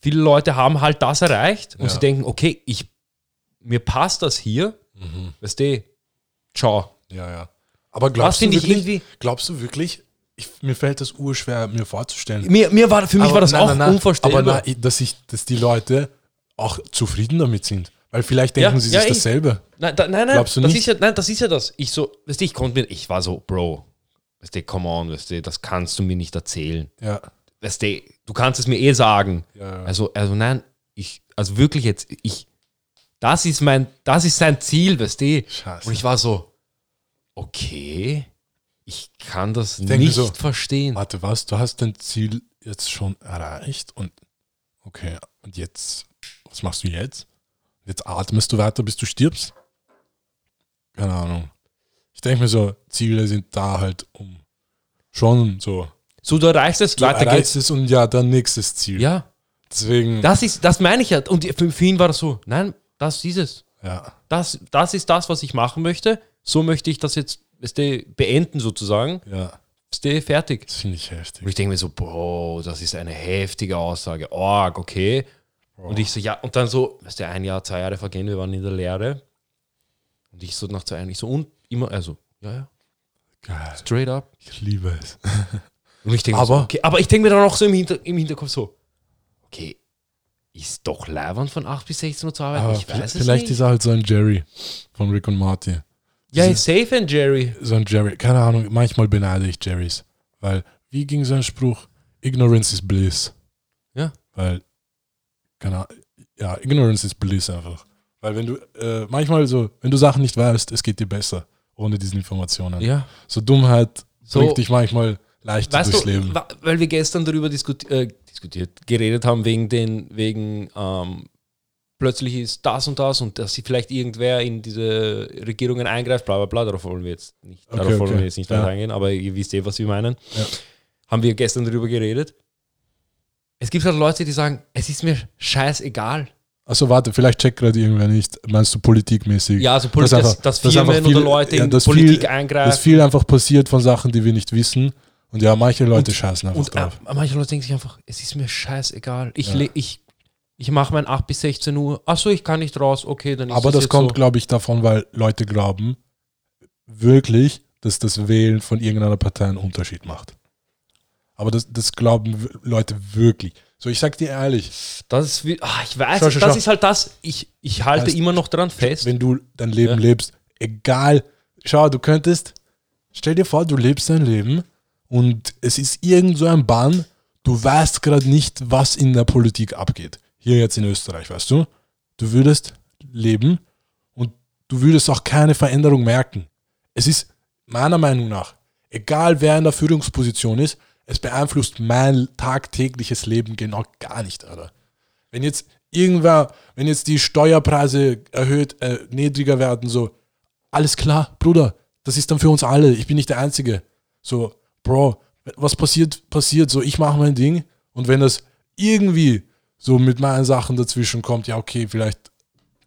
S2: viele Leute haben halt das erreicht und
S1: Ja.
S2: sie denken, okay, ich, mir passt das hier, weißt du, ciao.
S1: Ja, ja. Aber glaubst du
S2: finde ich
S1: wirklich,
S2: irgendwie-
S1: glaubst du wirklich, ich, mir fällt das urschwer, mir vorzustellen.
S2: Mir, mir war, für mich
S1: Aber
S2: war das
S1: nein,
S2: auch
S1: nein, nein,
S2: unvorstellbar.
S1: Aber nein, dass, ich, dass die Leute auch zufrieden damit sind. Weil vielleicht denken
S2: Ja,
S1: sie
S2: ja,
S1: sich
S2: eh.
S1: dasselbe.
S2: Nein, da, nein, nein,
S1: Glaubst du
S2: das
S1: nicht?
S2: ist ja, nein, das ist ja das. Ich so, weißt du, ich konnte mir, ich war so, Bro, weißt du, come on, weißt du, das kannst du mir nicht erzählen.
S1: Ja.
S2: Weißt du, du kannst es mir eh sagen.
S1: Ja, ja.
S2: Also, also nein, ich, also wirklich jetzt, ich, das ist mein, das ist sein Ziel, weißt du.
S1: Scheiße.
S2: Und ich war so, okay, ich kann das
S1: denke
S2: nicht
S1: so,
S2: verstehen.
S1: Warte, was? Du hast dein Ziel jetzt schon erreicht und okay, und jetzt, was machst du jetzt? Jetzt atmest du weiter, bis du stirbst? Keine Ahnung. Ich denke mir so, Ziele sind da halt um schon so.
S2: So, du erreichst es,
S1: Du
S2: weiter geht's.
S1: erreichst es und ja, dann nächstes Ziel.
S2: Ja,
S1: Deswegen,
S2: das ist, das meine ich ja. Und für, für ihn war das so, nein, das ist es.
S1: ja.
S2: das, das ist das, was ich machen möchte. So möchte ich das jetzt weißt du, beenden sozusagen.
S1: Ja,
S2: Ist der fertig.
S1: das finde ich
S2: Und
S1: heftig.
S2: ich denke mir so, Bro, das ist eine heftige Aussage. Org, okay. Und ich so, ja, und dann so, weißt du, ein Jahr, zwei Jahre vergehen, wir waren in der Lehre. Und ich so nach zwei Jahren, ich so, und immer, also, ja, ja,
S1: Geil,
S2: straight up.
S1: ich liebe es.
S2: Und ich denke mir
S1: Aber-
S2: so, okay, aber ich denke mir dann auch so im, Hinter, im Hinterkopf so, okay, ist doch leibend von 8 bis 16 Uhr zu arbeiten.
S1: Aber
S2: ich weiß es
S1: Ah, vielleicht
S2: nicht.
S1: ist er halt so ein Jerry von Rick und Marty.
S2: ja, safe and Jerry.
S1: So ein Jerry, keine Ahnung, manchmal beneide ich Jerrys. Weil, wie ging sein Spruch? Ignorance is bliss.
S2: Ja.
S1: Weil, keine Ahnung, ja, Ignorance is bliss einfach. Weil wenn du, äh, manchmal so, wenn du Sachen nicht weißt, es geht dir besser, ohne diese Informationen.
S2: Ja.
S1: So Dummheit
S2: So-
S1: bringt dich manchmal leichter
S2: Weißt
S1: durchs
S2: du,
S1: Leben.
S2: wa- weil wir gestern darüber diskuti äh, diskutiert, geredet haben, wegen den, wegen ähm, plötzlich ist das und das und dass sie vielleicht irgendwer in diese Regierungen eingreift, bla bla bla, darauf wollen wir jetzt nicht,
S1: Okay,
S2: darauf wollen
S1: okay.
S2: wir jetzt nicht
S1: Ja.
S2: ja. eingehen, aber ihr wisst eh, was wir meinen.
S1: Ja.
S2: Haben wir gestern darüber geredet. Es gibt halt Leute, die sagen, es ist mir scheißegal.
S1: Achso, warte, vielleicht checkt gerade irgendwer nicht. Meinst du politikmäßig?
S2: Ja, also Poli-
S1: Dass
S2: dass, dass Firmen
S1: einfach viel-
S2: oder Leute
S1: ja,
S2: in
S1: dass
S2: Politik
S1: viel,
S2: eingreifen.
S1: Dass viel einfach passiert von Sachen, die wir nicht wissen. Und ja, manche Leute scheißen einfach
S2: Und äh,
S1: drauf.
S2: manche Leute denken sich einfach, es ist mir scheißegal. Ich, le- ich, ich mache mein 8 bis 16 Uhr. Achso, ich kann nicht raus. Okay, dann ist
S1: Aber
S2: es
S1: das
S2: jetzt
S1: kommt,
S2: so.
S1: glaube ich, davon, weil Leute glauben wirklich, dass das Wählen von irgendeiner Partei einen Unterschied macht. Aber das, das glauben w- Leute wirklich. So, ich sag dir ehrlich,
S2: Das ist, wie- ah, ich weiß,
S1: Schau, schau,
S2: das
S1: schau.
S2: ist halt das. Ich, ich halte
S1: Weißt-
S2: immer noch dran fest.
S1: wenn du dein Leben
S2: Ja.
S1: lebst, egal, schau, du könntest, stell dir vor, du lebst dein Leben und es ist irgend so ein Bann, du weißt gerade nicht, was in der Politik abgeht. Hier jetzt in Österreich, weißt du? Du würdest leben und du würdest auch keine Veränderung merken. Es ist meiner Meinung nach, egal wer in der Führungsposition ist, es beeinflusst mein tagtägliches Leben genau gar nicht, Alter. Wenn jetzt irgendwer, wenn jetzt die Steuerpreise erhöht, äh, niedriger werden, so, alles klar, Bruder, das ist dann für uns alle. Ich bin nicht der Einzige. So, Bro, was passiert, passiert. So, ich mache mein Ding und wenn das irgendwie so mit meinen Sachen dazwischen kommt, ja, okay, vielleicht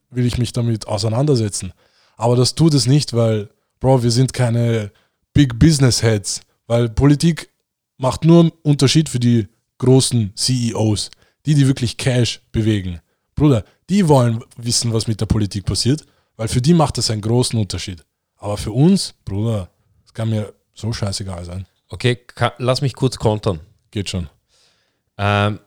S1: will ich mich damit auseinandersetzen. Aber das tut es nicht, weil, Bro, wir sind keine Big Business Heads. Weil Politik macht nur einen Unterschied für die großen CEOs, die, die wirklich Cash bewegen. Bruder, die wollen wissen, was mit der Politik passiert, weil für die macht das einen großen Unterschied. Aber für uns, Bruder, das kann mir so scheißegal sein.
S2: Okay, ka- lass mich kurz kontern.
S1: Geht schon.
S2: Ähm,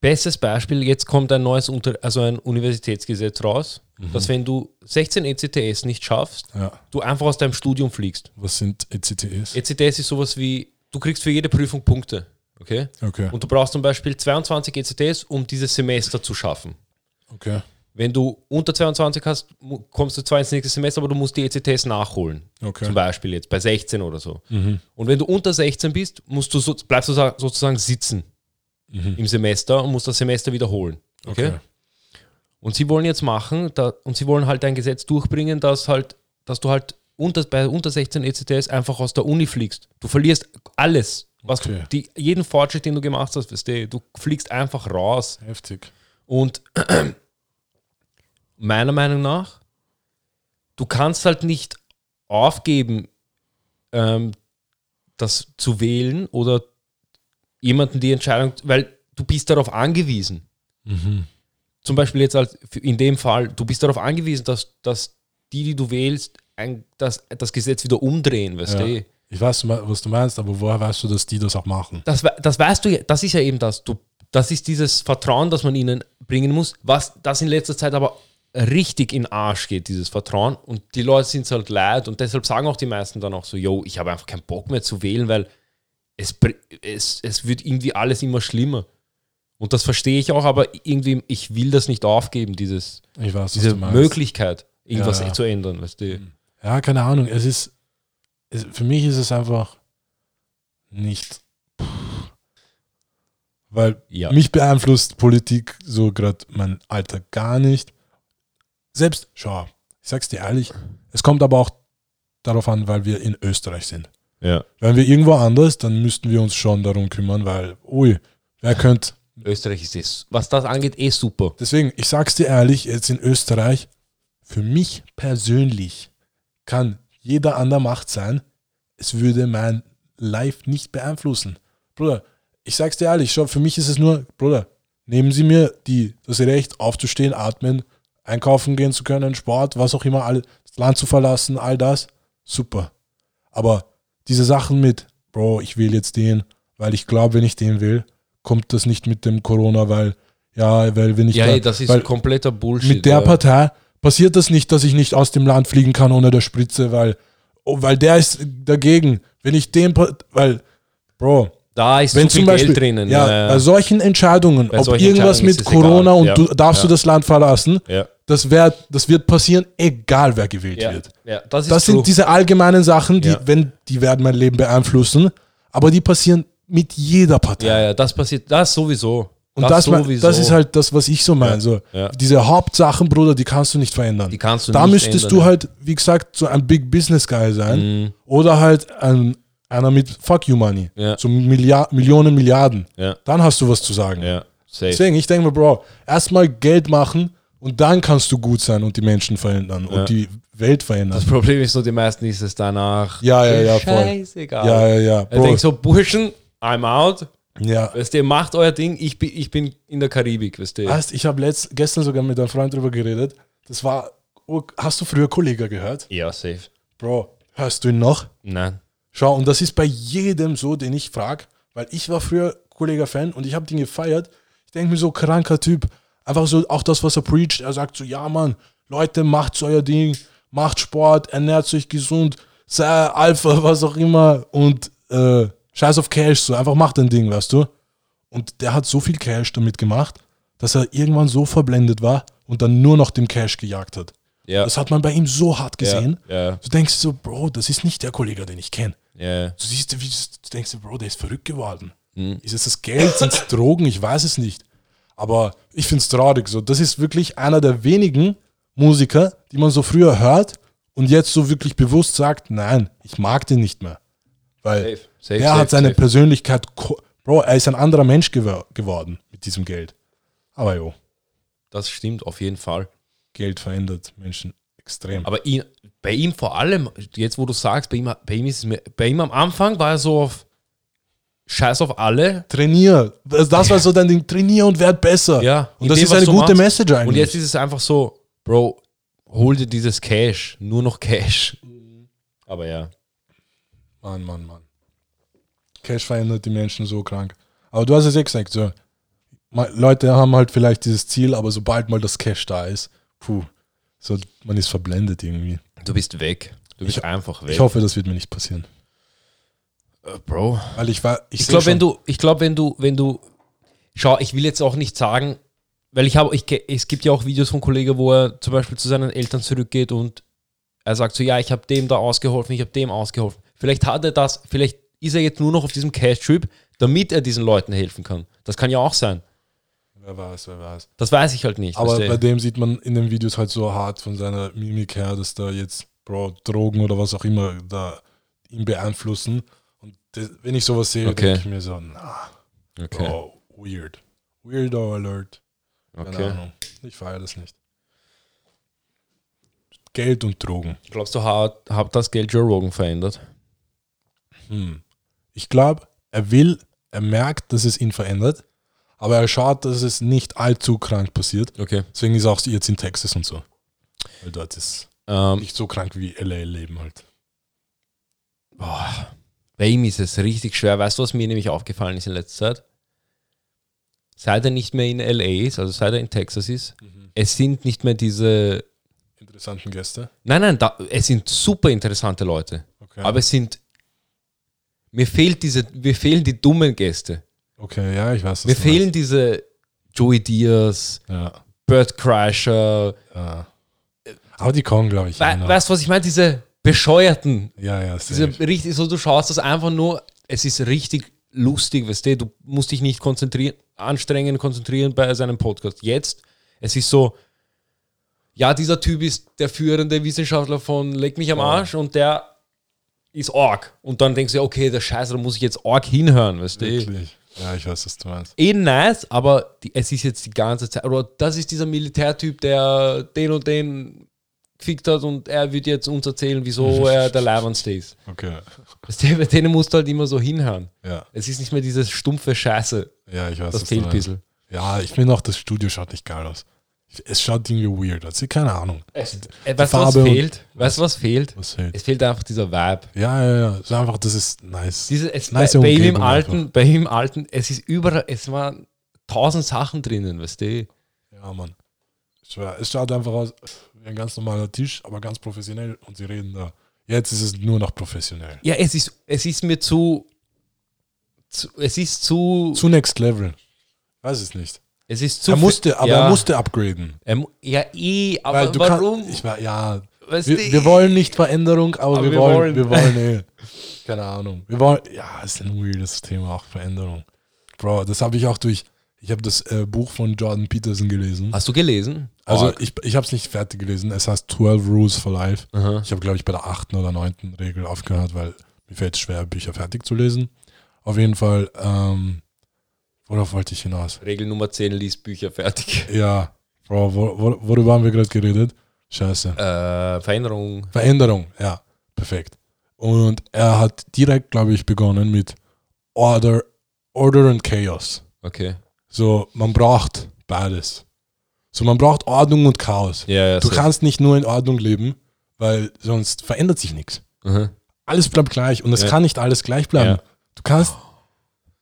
S2: bestes Beispiel, jetzt kommt ein neues Unter also ein Universitätsgesetz raus,
S1: Mhm.
S2: dass wenn du E 16 ECTS nicht schaffst,
S1: Ja.
S2: du einfach aus deinem Studium fliegst. E
S1: Was sind E ECTS?
S2: ECTS ist sowas wie, du kriegst für jede Prüfung Punkte. Okay?
S1: Okay.
S2: Und du brauchst zum Beispiel 22 ECTS, um dieses Semester zu schaffen.
S1: Okay.
S2: Wenn du unter 22 hast, mu- kommst du zwar ins nächste Semester, aber du musst die ECTS nachholen.
S1: Okay. Mhm.
S2: Zum Beispiel jetzt bei 16 oder so. Und wenn du unter 16 bist, musst du so, bleibst du so- sozusagen sitzen im Semester und musst das Semester wiederholen. Okay?
S1: Mhm. Okay.
S2: Und sie wollen jetzt machen, da, und sie wollen halt ein Gesetz durchbringen, dass halt, dass du halt unter, bei unter E 16 ECTS einfach aus der Uni fliegst. Du verlierst alles. Was
S1: Okay.
S2: du, die, jeden Fortschritt, den du gemacht hast, weißt du, du fliegst einfach raus.
S1: Heftig.
S2: Und meiner Meinung nach, du kannst halt nicht aufgeben, ähm, das zu wählen oder jemanden die Entscheidung, weil du bist darauf angewiesen. Zum Beispiel jetzt als in dem Fall, du bist darauf angewiesen, dass, dass die, die du wählst, ein, das, das Gesetz wieder umdrehen, weißt
S1: Ja.
S2: du?
S1: Ich weiß, was du meinst, aber woher weißt du, dass die das auch machen?
S2: das, we- das weißt du ja, das ist ja eben das. Du, das ist dieses Vertrauen, das man ihnen bringen muss, was das in letzter Zeit aber richtig in den Arsch geht, dieses Vertrauen. Und die Leute sind es halt leid und deshalb sagen auch die meisten dann auch so, yo, ich habe einfach keinen Bock mehr zu wählen, weil es, br- es, es wird irgendwie alles immer schlimmer. Und das verstehe ich auch, aber irgendwie, ich will das nicht aufgeben, dieses,
S1: Ich weiß, was
S2: diese
S1: du meinst.
S2: Möglichkeit, irgendwas
S1: Ja, Hm. ja.
S2: zu ändern, weißt du.
S1: Ja, keine Ahnung. Es ist, es, für mich ist es einfach nicht. Weil
S2: Ja.
S1: mich beeinflusst Politik so gerade mein Alter gar nicht. Selbst, schau, ich sag's dir ehrlich, es kommt aber auch darauf an, weil wir in Österreich sind.
S2: Ja.
S1: Wären wir irgendwo anders, dann müssten wir uns schon darum kümmern, weil, ui, wer könnte.
S2: Österreich ist es, was das angeht, eh super.
S1: Deswegen, ich sag's dir ehrlich, jetzt in Österreich, für mich persönlich kann jeder an der Macht sein, es würde mein Life nicht beeinflussen. Bruder, ich sag's dir ehrlich, schau, für mich ist es nur, Bruder, nehmen Sie mir die, das Recht aufzustehen, atmen, einkaufen gehen zu können, Sport, was auch immer, all, das Land zu verlassen, all das, super. Aber diese Sachen mit, Bro, ich will jetzt den, weil ich glaube, wenn ich den will, kommt das nicht mit dem Corona, weil, ja, weil wenn ich
S2: Ja,
S1: da-
S2: ey, das ist
S1: weil,
S2: kompletter Bullshit.
S1: mit der
S2: ja.
S1: Partei passiert das nicht, dass ich nicht aus dem Land fliegen kann ohne der Spritze, weil, oh, weil der ist dagegen. Wenn ich den, Part- weil, Bro,
S2: Da ist
S1: wenn
S2: zu viel
S1: zum Beispiel,
S2: Geld drinnen.
S1: ja, also
S2: ja,
S1: bei solchen Entscheidungen,
S2: Bei
S1: ob
S2: solchen
S1: irgendwas
S2: Entscheidungen
S1: mit
S2: ist es egal.
S1: Corona und
S2: Ja,
S1: du, darfst
S2: ja.
S1: du das Land verlassen,
S2: ja.
S1: das, wär, das wird passieren, egal wer gewählt
S2: Ja,
S1: wird.
S2: ja, das ist
S1: Das
S2: true.
S1: sind diese allgemeinen Sachen, die,
S2: Ja.
S1: wenn, die werden mein Leben beeinflussen, aber die passieren mit jeder Partei.
S2: ja, ja, das passiert, das sowieso.
S1: Und das, mein- das ist halt das, was ich so meine. So,
S2: ja.
S1: Diese Hauptsachen, Bruder, die kannst du nicht verändern.
S2: Die kannst du
S1: da
S2: nicht
S1: müsstest
S2: ändern,
S1: du
S2: ja. Mhm.
S1: halt, wie gesagt, so ein Big Business Guy sein. Oder halt ein, einer mit Fuck You Money.
S2: Ja.
S1: So Milliard, Millionen, Milliarden.
S2: Ja.
S1: Dann hast du was zu sagen.
S2: Ja, safe.
S1: Deswegen, ich denke mir, Bro, erstmal Geld machen und dann kannst du gut sein und die Menschen verändern und die Welt verändern.
S2: Das Problem ist nur, die meisten ist es danach.
S1: Ja, ja, ja, voll.
S2: Scheißegal.
S1: Ja, ja, ja.
S2: Er
S1: Bro,
S2: denkt so, Burschen, I'm out.
S1: ja.
S2: Weißt du, macht euer Ding, ich bin, ich bin in der Karibik, weißt du.
S1: Weißt, ich habe gestern sogar mit einem Freund drüber geredet. Das war, oh, hast du früher Kollega gehört?
S2: Ja, safe.
S1: Bro, hörst du ihn noch?
S2: Nein.
S1: Schau, und das ist bei jedem so, den ich frage, weil ich war früher Kollega-Fan und ich habe den gefeiert. Ich denke mir so, kranker Typ. Einfach so, auch das, was er preacht. Er sagt so, ja, Mann, Leute, macht euer Ding, macht Sport, ernährt euch gesund, sei Alpha, was auch immer und äh, scheiß auf Cash, so einfach macht ein Ding, weißt du? Und der hat so viel Cash damit gemacht, dass er irgendwann so verblendet war und dann nur noch dem Cash gejagt hat.
S2: Ja.
S1: Das hat man bei ihm so hart gesehen.
S2: Ja,
S1: Du denkst so, Bro, das ist nicht der Kollege, den ich kenne.
S2: ja, ja.
S1: Du siehst, wie du denkst, dir, Bro, der ist verrückt geworden.
S2: Mhm.
S1: Ist es das Geld, sind es Drogen? Ich weiß es nicht. Aber ich finde es traurig. So. Das ist wirklich einer der wenigen Musiker, die man so früher hört und jetzt so wirklich bewusst sagt, nein, ich mag den nicht mehr. Weil
S2: Safe, safe,
S1: der
S2: safe,
S1: hat seine
S2: safe.
S1: Persönlichkeit, ko- Bro, er ist ein anderer Mensch gewor- geworden mit diesem Geld. Aber jo,
S2: Das stimmt auf jeden Fall.
S1: Geld verändert Menschen Extrem.
S2: Aber ihn, bei ihm vor allem, jetzt wo du sagst, bei ihm, bei ihm ist es mir, bei ihm am Anfang war er so auf Scheiß auf alle.
S1: trainier. Das, das war so dein Ding, trainier und werd besser.
S2: Ja. in
S1: Und das
S2: dem,
S1: ist
S2: was
S1: eine
S2: du
S1: gute
S2: machst.
S1: Message eigentlich.
S2: Und jetzt ist es einfach so, Bro, hol dir dieses Cash, nur noch Cash. Aber ja.
S1: Mann, Mann, Mann. Cash verändert die Menschen so krank. Aber du hast es eh gesagt, so. ma- Leute haben halt vielleicht dieses Ziel, aber sobald mal das Cash da ist, puh, so, man ist verblendet irgendwie.
S2: Du bist weg. Du bist einfach weg.
S1: Ich hoffe, das wird mir nicht passieren.
S2: Äh, Bro.
S1: Weil ich war, ich,
S2: Ich glaube, wenn du, ich glaube, wenn du, wenn du, schau, ich will jetzt auch nicht sagen, weil ich habe, ich, ke- es gibt ja auch Videos von Kollegen, wo er zum Beispiel zu seinen Eltern zurückgeht und er sagt so, ja, ich habe dem da ausgeholfen, ich habe dem ausgeholfen. Vielleicht hat er das, vielleicht ist er jetzt nur noch auf diesem Cash-Trip, damit er diesen Leuten helfen kann. Das kann ja auch sein.
S1: Wer weiß, wer weiß.
S2: Das weiß ich halt nicht.
S1: Aber
S2: weißt du?
S1: bei dem sieht man in den Videos halt so hart von seiner Mimik her, dass da jetzt, Bro, Drogen oder was auch immer da ihn beeinflussen. Und das, wenn ich sowas sehe,
S2: Okay.
S1: denke ich mir so, na,
S2: okay.
S1: Bro, Oh, weird. Weirdo Alert. Keine
S2: okay.
S1: Ahnung. Ich feiere das nicht. Geld und Drogen.
S2: Glaubst du, hat, hat das Geld Joe Rogan verändert?
S1: Hm. Ich glaube, er will, er merkt, dass es ihn verändert, aber er schaut, dass es nicht allzu krank passiert.
S2: Okay.
S1: Deswegen ist er auch jetzt in Texas und so. Weil dort ist
S2: Ähm,
S1: nicht so krank wie LA leben halt.
S2: boah, bei ihm ist es richtig schwer. Weißt du, was mir nämlich aufgefallen ist in letzter Zeit? Seit er nicht mehr in LA ist, also seit er in Texas ist, es sind nicht mehr diese.
S1: Interessanten Gäste.
S2: Nein, nein, da, es sind super interessante Leute.
S1: Okay.
S2: Aber es sind. Mir fehlt diese, mir fehlen die dummen Gäste.
S1: okay, ja, ich weiß. was
S2: Mir
S1: du meinst.
S2: fehlen diese Joey Diaz,
S1: Ja,
S2: Bird Crusher.
S1: ja. Aber die kommen, glaube ich.
S2: We
S1: einer.
S2: Weißt du, was ich meine? Diese bescheuerten
S1: ja, ja,
S2: Diese
S1: safe.
S2: richtig, so du schaust das einfach nur, es ist richtig lustig, weißt du, du musst dich nicht konzentrieren, anstrengen, konzentrieren bei seinem Podcast. Jetzt, es ist so, ja, dieser Typ ist der führende Wissenschaftler von Leg mich am Arsch und der ist Org. Und dann denkst du, ja, okay, der Scheiße, da muss ich jetzt Org hinhören, weißt du.
S1: Wirklich. Ja, ich weiß, was du meinst.
S2: Eh nice, aber die, es ist jetzt die ganze Zeit, oder das ist dieser Militärtyp, der den und den gefickt hat und er wird jetzt uns erzählen, wieso er der Leibernste ist.
S1: Okay.
S2: Weißt du, bei denen musst du halt immer so hinhören.
S1: Ja,
S2: Es ist nicht mehr dieses stumpfe Scheiße.
S1: ja ich weiß.
S2: Das
S1: was
S2: fehlt
S1: du
S2: ein
S1: meinst.
S2: bisschen.
S1: Ja, ich finde auch, das Studio schaut nicht geil aus. Es schaut irgendwie weird aus. Ich- Keine Ahnung.
S2: Äh, weißt du, was
S1: Farbe und-
S2: fehlt? Weißt du, was fehlt?
S1: Was fehlt?
S2: Es fehlt einfach dieser Vibe.
S1: Ja, ja, ja. Es ist einfach, das ist nice.
S2: Diese, es,
S1: Nice
S2: bei, bei ihm im
S1: Umgebung
S2: Alten, bei ihm im Alten, es ist überall, es waren tausend Sachen drinnen, weißt du?
S1: ja, Mann. Ich schwör, Es schaut einfach aus wie ein ganz normaler Tisch, aber ganz professionell und sie reden da. Jetzt ist es nur noch professionell.
S2: Ja, es ist, es ist mir zu, zu es ist zu,
S1: Zu Next Level. Weiß es nicht.
S2: es ist zu.
S1: er musste,
S2: viel-
S1: aber
S2: ja,
S1: er musste upgraden.
S2: er mu- ja, eh, aber
S1: Weil du
S2: warum?
S1: Kann, ich war, ja,
S2: Weißt
S1: wir,
S2: du,
S1: wir wollen nicht Veränderung, aber, wir, wollen, wir
S2: wollen.
S1: wollen eh. Keine Ahnung. Wir wollen, ja, ist ein weirdes Thema auch Veränderung. Bro, das habe ich auch durch. Ich habe das äh, Buch von Jordan Peterson gelesen.
S2: Hast du gelesen?
S1: Also
S2: Org.
S1: ich, ich habe es nicht fertig gelesen. Es heißt 12 Rules for Life.
S2: Ah, Aha.
S1: Ich habe, glaube ich, bei der achten oder neunten Regel aufgehört, weil mir fällt es schwer, Bücher fertig zu lesen. Auf jeden Fall, ähm, worauf wollte ich hinaus?
S2: Regel Nummer 10, liest Bücher fertig.
S1: Ja, Bro, wo, wo, worüber haben wir gerade geredet? Scheiße.
S2: Äh, Veränderung.
S1: Veränderung, ja, perfekt. Und er hat direkt, glaube ich, begonnen mit Order, Order und Chaos.
S2: Okay.
S1: So, man braucht beides. So, man braucht Ordnung und Chaos.
S2: Ja, ja.
S1: Du
S2: so.
S1: kannst nicht nur in Ordnung leben, weil sonst verändert sich nichts.
S2: Mhm.
S1: Alles bleibt gleich und es
S2: Ja.
S1: kann nicht alles gleich bleiben.
S2: Ja.
S1: Du kannst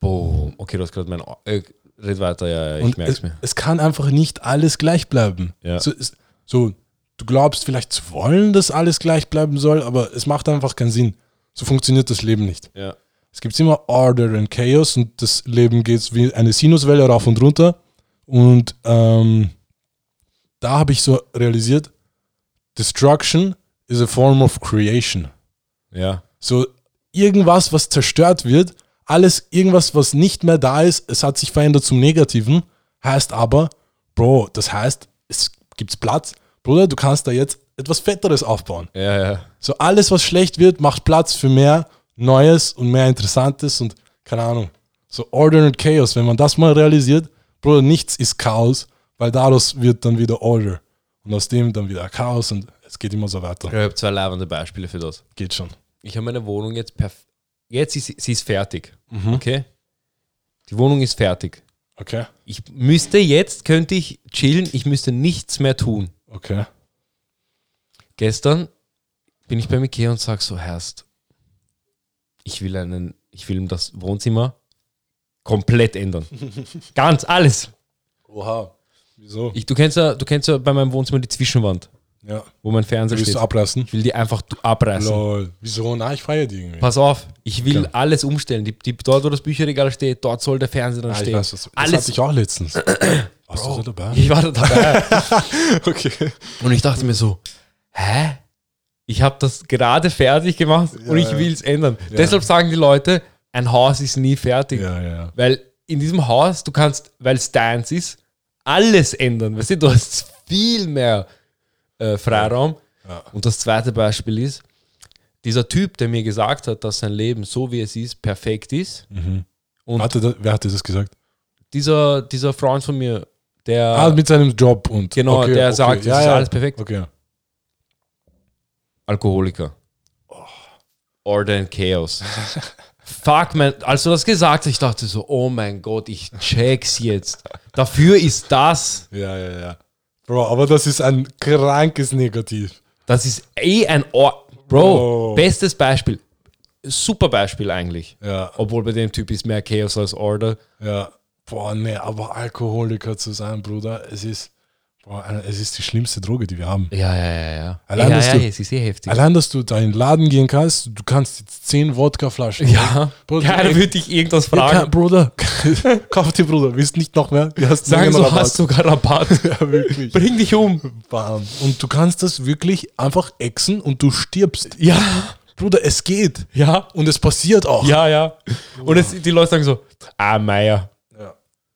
S2: Boom. Okay, du hast gerade mein. Au- Äh, red weiter, ja, ja, ich
S1: und
S2: merk's
S1: es,
S2: mir.
S1: es kann einfach nicht alles gleich bleiben.
S2: Ja.
S1: So, es, so, du glaubst vielleicht zu wollen, dass alles gleich bleiben soll, aber es macht einfach keinen Sinn. So funktioniert das Leben nicht.
S2: Ja.
S1: Es gibt immer Order und Chaos und das Leben geht wie eine Sinuswelle rauf und runter. Und ähm, da habe ich so realisiert, Destruction is a form of creation.
S2: Ja.
S1: So irgendwas, was zerstört wird, alles, irgendwas, was nicht mehr da ist, es hat sich verändert zum Negativen, heißt aber, Bro, das heißt, es gibt Platz. Bruder, du kannst da jetzt etwas Fetteres aufbauen.
S2: Ja, ja.
S1: So alles, was schlecht wird, macht Platz für mehr Neues und mehr Interessantes und keine Ahnung. So Order und Chaos, wenn man das mal realisiert, Bruder, nichts ist Chaos, weil daraus wird dann wieder Order und aus dem dann wieder Chaos und Es geht immer so weiter.
S2: Ich habe zwei leibende Beispiele für das.
S1: Geht schon.
S2: Ich habe meine Wohnung jetzt perf Jetzt ist sie- sie ist fertig. Okay? Die Wohnung ist fertig.
S1: Okay.
S2: Ich müsste jetzt, könnte ich chillen, ich müsste nichts mehr tun.
S1: Okay.
S2: Gestern bin ich bei Ikea und sag so, Herst, ich will einen, ich will das Wohnzimmer komplett ändern. Ganz alles.
S1: Oha. Wieso?
S2: Ich, du kennst ja, du kennst ja bei meinem Wohnzimmer die Zwischenwand,
S1: ja.
S2: wo mein Fernseher
S1: Willst
S2: steht.
S1: du ablassen?
S2: Ich will die einfach du- abreißen.
S1: Lol. Wieso? Na, ich feiere die irgendwie.
S2: Pass auf, ich will
S1: Okay.
S2: alles umstellen. Die, die, dort, wo das Bücherregal steht, dort soll der Fernseher dann
S1: Ah, ich
S2: stehen.
S1: weiß, das, das
S2: alles.
S1: hatte ich auch letztens. Warst du so dabei?
S2: ich war da dabei.
S1: Okay.
S2: Und ich dachte mir so, hä? Ich habe das gerade fertig gemacht und ich
S1: ja.
S2: will es ändern. Deshalb sagen die Leute, ein Haus ist nie fertig.
S1: Ja, ja, ja.
S2: Weil in diesem Haus, du kannst, weil es deins ist, alles ändern. Weißt du, du hast viel mehr äh, Freiraum. Und das zweite Beispiel ist, dieser Typ, der mir gesagt hat, dass sein Leben so wie es ist, perfekt ist. Und
S1: Hatte da, wer hatte das gesagt?
S2: dieser, dieser Freund von mir, der.
S1: Ah, mit seinem Job und.
S2: Genau, der sagt, es ist alles perfekt.
S1: Okay.
S2: Alkoholiker. Oh, Order and Chaos. Fuck, man. Als du das gesagt hast, ich dachte so, oh mein Gott, ich check's jetzt. Dafür ist das,
S1: Ja, ja, ja. Bro, aber das ist ein krankes Negativ.
S2: das ist eh ein Or Bro,
S1: Oh.
S2: bestes Beispiel. Super Beispiel eigentlich.
S1: Ja.
S2: Obwohl bei dem Typ ist mehr Chaos als Order.
S1: Ja. Boah, nee, aber Alkoholiker zu sein, Bruder, es ist, boah, es ist die schlimmste Droge, die wir haben.
S2: Ja, ja, ja, ja.
S1: Allein,
S2: ja,
S1: dass
S2: ja,
S1: du-
S2: ja, es ist eh heftig.
S1: Allein, dass du da in den Laden gehen kannst, du kannst jetzt zehn Wodkaflaschen.
S2: ja,
S1: Bruder,
S2: keiner
S1: ey,
S2: würde dich irgendwas
S1: ja, kein-
S2: fragen.
S1: Bruder, kauf dir, Bruder, willst nicht noch mehr? Du hast
S2: Sagen
S1: lange
S2: so,
S1: Rabatt.
S2: hast du sogar Rabatt.
S1: Ja, wirklich.
S2: Bring dich um.
S1: Bam. Und du kannst das wirklich einfach exen und du stirbst.
S2: Ja,
S1: Bruder, es geht.
S2: ja.
S1: Und es passiert auch.
S2: Ja, ja. Und es, die Leute sagen so, ah, Meier.
S1: Ja.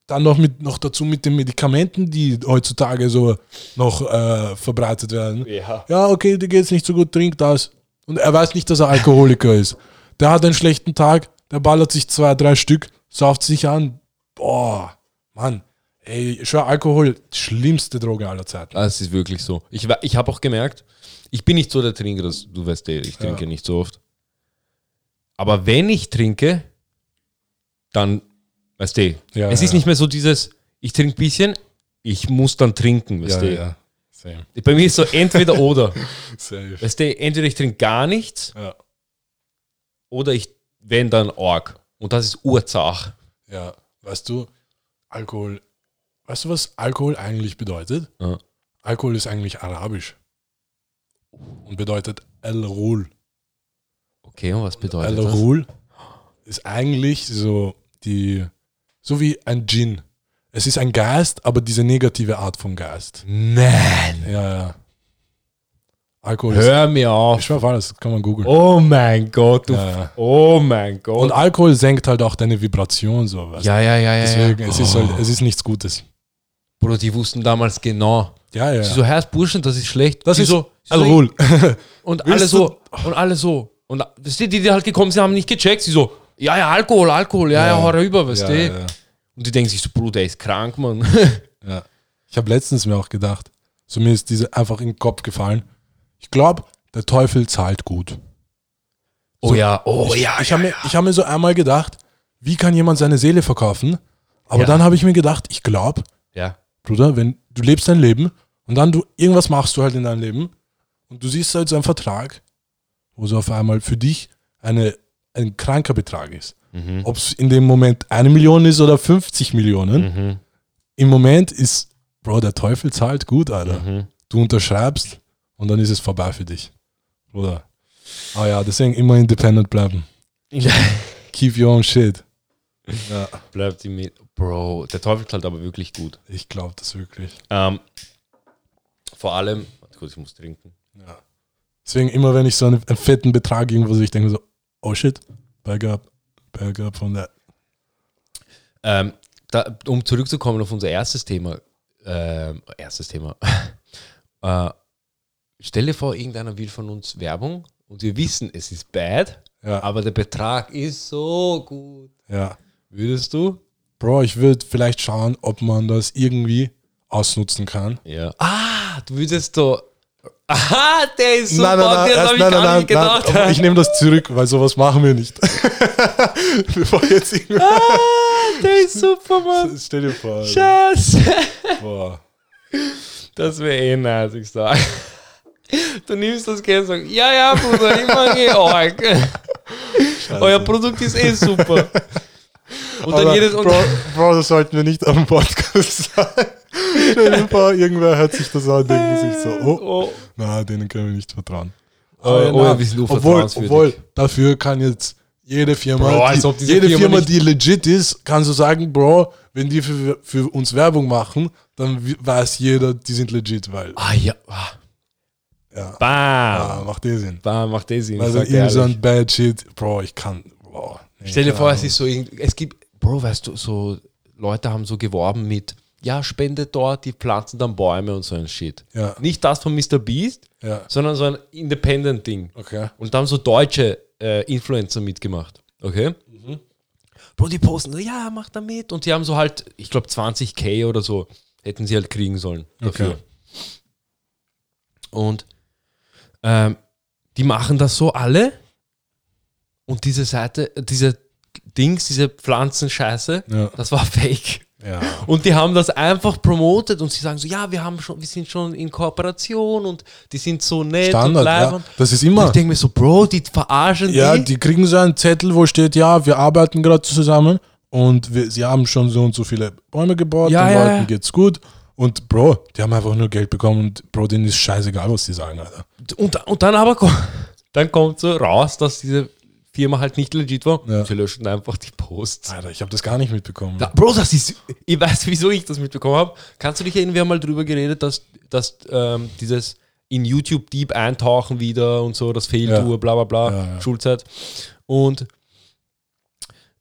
S1: Dann noch, mit, noch dazu mit den Medikamenten, die heutzutage so noch äh, verbreitet werden.
S2: Ja.
S1: Ja, okay, dir geht's nicht so gut, trink das. Und er weiß nicht, dass er Alkoholiker ist. Der hat einen schlechten Tag, der ballert sich zwei, drei Stück, sauft sich an. Boah, Mann. Ey, schau, Alkohol, schlimmste Droge aller Zeiten.
S2: Ah, es ist wirklich so. Ich, wa- ich habe auch gemerkt, ich bin nicht so der Trinker, das, du weißt eh, ich trinke nicht so oft. Aber wenn ich trinke, dann, weißt du,
S1: Ja,
S2: es
S1: ja,
S2: ist
S1: ja.
S2: nicht mehr so dieses, ich trinke ein bisschen, ich muss dann trinken, weißt du.
S1: Same.
S2: Bei mir ist so entweder oder.
S1: Safe.
S2: Weißt du, entweder ich trinke gar nichts
S1: Ja.
S2: oder ich, wenn dann arg. Und das ist Urzach.
S1: Ja, weißt du, Alkohol, weißt du, was Alkohol eigentlich bedeutet?
S2: Ja.
S1: Alkohol ist eigentlich arabisch und bedeutet El-Rul.
S2: Okay, und was bedeutet das?
S1: El-Rul Also ist eigentlich so die, so wie ein Djinn. Es ist ein Geist, aber diese negative Art von Geist.
S2: Nein.
S1: Ja, ja. Alkohol ist,
S2: Mhm. Hör mir auf.
S1: ich schwör auf alles, kann man googeln.
S2: Oh mein Gott, du.
S1: Ja.
S2: Oh mein
S1: Und
S2: Gott.
S1: Alkohol senkt halt auch deine Vibration, so weißt
S2: ja, Oh. ja, ja, ja.
S1: Deswegen,
S2: ja.
S1: es ist halt, es ist nichts Gutes.
S2: also, Bruder, die wussten damals genau.
S1: Ja, ja.
S2: Sie so, Herr Burschen, das ist schlecht.
S1: das
S2: Sie
S1: ist
S2: so. sie so
S1: El-Rul.
S2: und
S1: Willst
S2: alle so. Und alle so. Und wisst ihr, die, die halt gekommen sind, haben nicht gecheckt. Sie so, ja, ja, Alkohol, Alkohol, ja, ja, hau rüber, weißt
S1: Ja,
S2: du.
S1: ja.
S2: Und die denken sich so, Bruder, der ist krank, Mann.
S1: Ja. Ich habe letztens mir auch gedacht, so mir ist diese einfach in den Kopf gefallen. Ich glaube, der Teufel zahlt gut.
S2: Oh ja, oh ja.
S1: Ich habe mir, ich hab mir so einmal gedacht, wie kann jemand seine Seele verkaufen? Aber
S2: Ja.
S1: dann habe ich mir gedacht, ich glaube,
S2: Ja.
S1: Bruder, wenn du lebst dein Leben und dann du irgendwas machst du halt in deinem Leben und du siehst halt so einen Vertrag, wo so auf einmal für dich eine, ein kranker Betrag ist.
S2: Mhm.
S1: Ob es in dem Moment eine Million ist oder 50 Millionen,
S2: Mhm.
S1: im Moment ist, Bro, der Teufel zahlt gut, Alter.
S2: Mhm.
S1: Du unterschreibst und dann ist es vorbei für dich. Bruder. Ah ja, deswegen immer independent bleiben.
S2: ja.
S1: Keep your own shit. Ja,
S2: Bleibt die mit. Bro, der Teufel zahlt aber wirklich gut.
S1: ich glaube das wirklich.
S2: Ähm, vor allem. Warte kurz, ich muss trinken.
S1: Deswegen immer, wenn ich so einen, einen fetten Betrag irgendwo sehe, ich denke mir so, oh shit, back up, back up von der.
S2: Ähm, da, um zurückzukommen auf unser erstes Thema, ähm, erstes Thema. äh, stell dir vor, irgendeiner will von uns Werbung und wir wissen, es ist bad,
S1: Ja.
S2: aber der Betrag ist so gut.
S1: Ja.
S2: Würdest du?
S1: Bro, ich würde vielleicht schauen, ob man das irgendwie ausnutzen kann.
S2: Ja. Ah, du würdest so Aha, der ist super,
S1: Nein, nein, nein,
S2: das
S1: erst-
S2: habe ich
S1: nein,
S2: gar
S1: nein,
S2: nicht
S1: nein,
S2: gedacht.
S1: nein, ich nehme das zurück, weil sowas machen wir nicht. Bevor jetzt irgendwas.
S2: ah, der ist super, Mann.
S1: Stell dir vor. Alter.
S2: Scheiße.
S1: Boah.
S2: Das wäre eh nice, ich sag. Du nimmst das Geld und sagst, ja, ja, Bruder, ich mag eh arg. Euer Produkt ist eh super. Und dann
S1: Aber
S2: jedes... Und
S1: Bro, Bro, das sollten wir nicht am Podcast sagen. Stell dir vor, irgendwer hört sich das an und denkt sich so, oh,
S2: oh.
S1: na, denen können wir nicht vertrauen.
S2: Aber Äh, oh ja,
S1: na,
S2: wir sind
S1: obwohl,
S2: unvertrauenswürdig.
S1: obwohl, dafür kann jetzt jede Firma,
S2: Bro, als
S1: die,
S2: ob diese
S1: jede
S2: Firma
S1: Firma,
S2: nicht-
S1: die legit ist, kann so sagen, Bro, wenn die für, für uns Werbung machen, dann wi- weiß jeder, die sind legit, weil,
S2: Ah ja. Ah.
S1: ja,
S2: Bam.
S1: ah, macht eh Sinn.
S2: Bam, macht eh Sinn. ich
S1: Also
S2: sag dir
S1: irgend so
S2: ehrlich.
S1: ein Bad Shit, Bro, ich kann, Bro. nee,
S2: Stell dir
S1: keine
S2: vor, es
S1: Ahnung.
S2: ist so, irgend- es gibt, Bro, weißt du, so Leute haben so geworben mit, ja, spende dort, die pflanzen dann Bäume und so ein Shit.
S1: Ja.
S2: Nicht das von Mr. Beast,
S1: Ja,
S2: sondern so ein Independent-Ding.
S1: okay.
S2: Und da haben so deutsche äh, Influencer mitgemacht. Okay? Bro, die posten so, ja, mach da mit. Und die haben so halt, ich glaube, 20k oder so hätten sie halt kriegen sollen dafür.
S1: Okay.
S2: Und ähm, die machen das so alle. Und diese Seite, diese Dings, diese Pflanzenscheiße,
S1: Ja.
S2: das war fake.
S1: Ja.
S2: Und die haben das einfach promotet und sie sagen so, ja, wir haben schon, wir sind schon in Kooperation und die sind so nett und
S1: Standard, ja.
S2: leibend.
S1: Das ist
S2: Und
S1: immer.
S2: ich denke mir so, Bro, die verarschen
S1: Ja,
S2: die.
S1: die kriegen so einen Zettel, wo steht, ja, wir arbeiten gerade zusammen und wir, sie haben schon so und so viele Bäume gebaut,
S2: Ja,
S1: den
S2: ja,
S1: Leuten
S2: ja.
S1: geht's gut. Und Bro, die haben einfach nur Geld bekommen und Bro, denen ist scheißegal, was die sagen, Alter.
S2: Und, und dann aber ko- dann kommt so raus, dass diese Firma halt nicht legit war.
S1: Ja.
S2: Sie löschen einfach die Posts.
S1: Alter, ich habe das gar nicht mitbekommen.
S2: Da, Bro, das ist. Ich weiß, wieso ich das mitbekommen habe. Kannst du dich erinnern, wir haben mal drüber geredet, dass, dass ähm, dieses in YouTube Deep eintauchen wieder und so, das Fehltour,
S1: Ja.
S2: bla bla bla,
S1: Ja, ja.
S2: Schulzeit. Und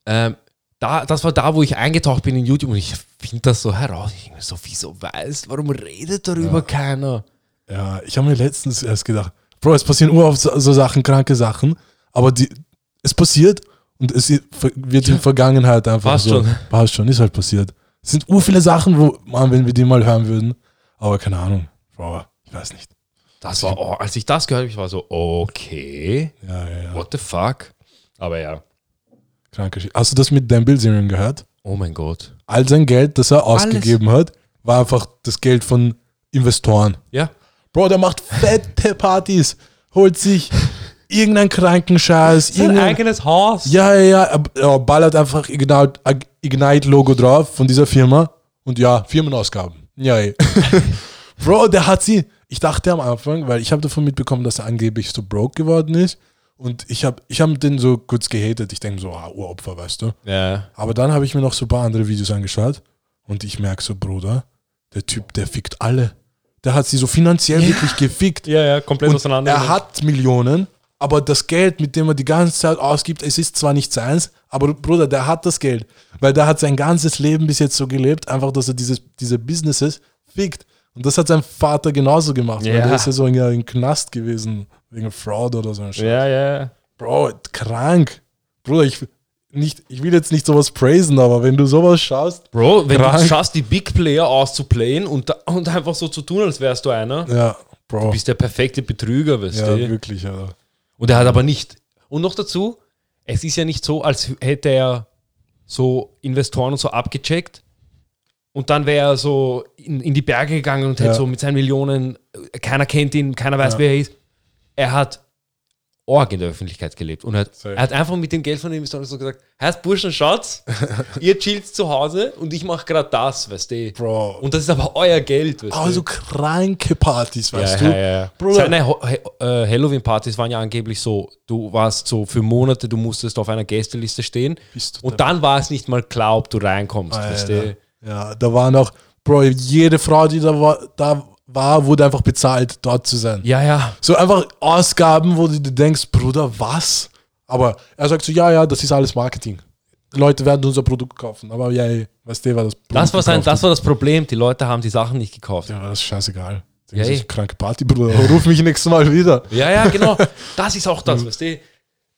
S2: ähm, da, das war da, wo ich eingetaucht bin in YouTube und ich finde das so heraus. Ich denk mir so, wieso weiß, warum redet darüber keiner?
S1: Ja, ich habe mir letztens erst gedacht, Bro, es passieren urhaft so, so Sachen, kranke Sachen, aber die, es passiert und es i- ver- wird in Vergangenheit einfach
S2: Passt
S1: so.
S2: schon.
S1: Passt schon, ist halt passiert. Es sind ur viele Sachen, wo, man, wenn wir die mal hören würden, aber keine Ahnung, Bro, ich weiß nicht.
S2: Das war, oh, als ich das gehört habe, ich war so, okay,
S1: Ja, ja, ja.
S2: what the fuck? Aber ja,
S1: Kranke Schi- Hast du das mit Dan Bilzerian gehört?
S2: oh mein Gott.
S1: All sein Geld, das er ausgegeben hat, war einfach das Geld von Investoren.
S2: Ja,
S1: Bro, der macht fette Partys, holt sich irgendeinen Krankenscheiß,
S2: sein
S1: irgendeinen
S2: eigenes Haus.
S1: Ja, ja, ja. er- Er ballert einfach Ignite- Ag- Ignite-Logo drauf von dieser Firma. Und ja, Firmenausgaben. Ja, ey. Bro, der hat sie. Ich dachte am Anfang, weil ich habe davon mitbekommen, dass er angeblich so broke geworden ist. Und ich habe ich hab den so kurz gehatet. Ich denke so, ah, Uropfer, weißt du.
S2: Ja.
S1: Aber dann habe ich mir noch so ein paar andere Videos angeschaut. Und ich merke so, Bruder, der Typ, der fickt alle. Der hat sie so finanziell wirklich gefickt.
S2: Ja, ja, komplett
S1: Und
S2: auseinander.
S1: er hat Millionen, aber das Geld, mit dem er die ganze Zeit ausgibt, es ist zwar nicht seins, aber Bruder, der hat das Geld. Weil der hat sein ganzes Leben bis jetzt so gelebt, einfach, dass er dieses, diese Businesses fickt. Und das hat sein Vater genauso gemacht, weil
S2: Ja.
S1: der ist ja so in in Knast gewesen, wegen Fraud oder so. ein Scheiß.
S2: ja, ja.
S1: Bro, krank. Bruder, ich, nicht, ich will jetzt nicht sowas praisen, aber wenn du sowas schaust,
S2: Bro, wenn du
S1: Krank.
S2: schaffst, die Big Player auszuplayen und, da, und einfach so zu tun, als wärst du einer,
S1: ja, Bro,
S2: bist der perfekte Betrüger, weißt
S1: ja,
S2: du?
S1: wirklich, Alter.
S2: Und er hat aber nicht. Und noch dazu, es ist ja nicht so, als hätte er so Investoren und so abgecheckt und dann wäre er so in, in die Berge gegangen und hätte
S1: Ja.
S2: so mit seinen Millionen, äh, keiner kennt ihn, keiner weiß,
S1: Ja.
S2: wer er ist. Er hat Org in der Öffentlichkeit gelebt und hat,
S1: Safe.
S2: er hat einfach mit dem Geld von den Investoren so gesagt, heißt Burschen, schaut's, ihr chillt zu Hause und ich mache gerade das, weißt du.
S1: Bro. Also
S2: Und das ist aber euer Geld, weißt
S1: Aber
S2: du.
S1: so kranke Partys,
S2: Ja,
S1: weißt
S2: ja,
S1: du?
S2: ja, ja.
S1: Bruder.
S2: Seine Ho- He- äh, Halloween-Partys waren ja angeblich so, du warst so für Monate, du musstest auf einer Gästeliste stehen
S1: Bist du Ah,
S2: und dann war es nicht mal klar, ob du reinkommst. Weißt
S1: Alter.
S2: du?
S1: Ja, da waren auch, Bro, jede Frau, die da war, da war, wurde einfach bezahlt, dort zu sein.
S2: Ja, ja.
S1: So einfach Ausgaben, wo du dir denkst, Bruder, was? Aber er sagt so, ja, ja, das ist alles Marketing. Die Leute werden unser Produkt kaufen. Aber ja, ey, weißt du, war das Produkt
S2: Das war, sein,
S1: gekauft
S2: das war das Problem, die Leute haben die Sachen nicht gekauft.
S1: hat. Ja, das ist scheißegal.
S2: Ja,
S1: Denkst, du,
S2: ey.
S1: das ist kranke Party, Bruder. Ruf mich nächstes Mal wieder.
S2: Ja, ja, genau. Das ist auch
S1: Mhm.
S2: das, weißt du.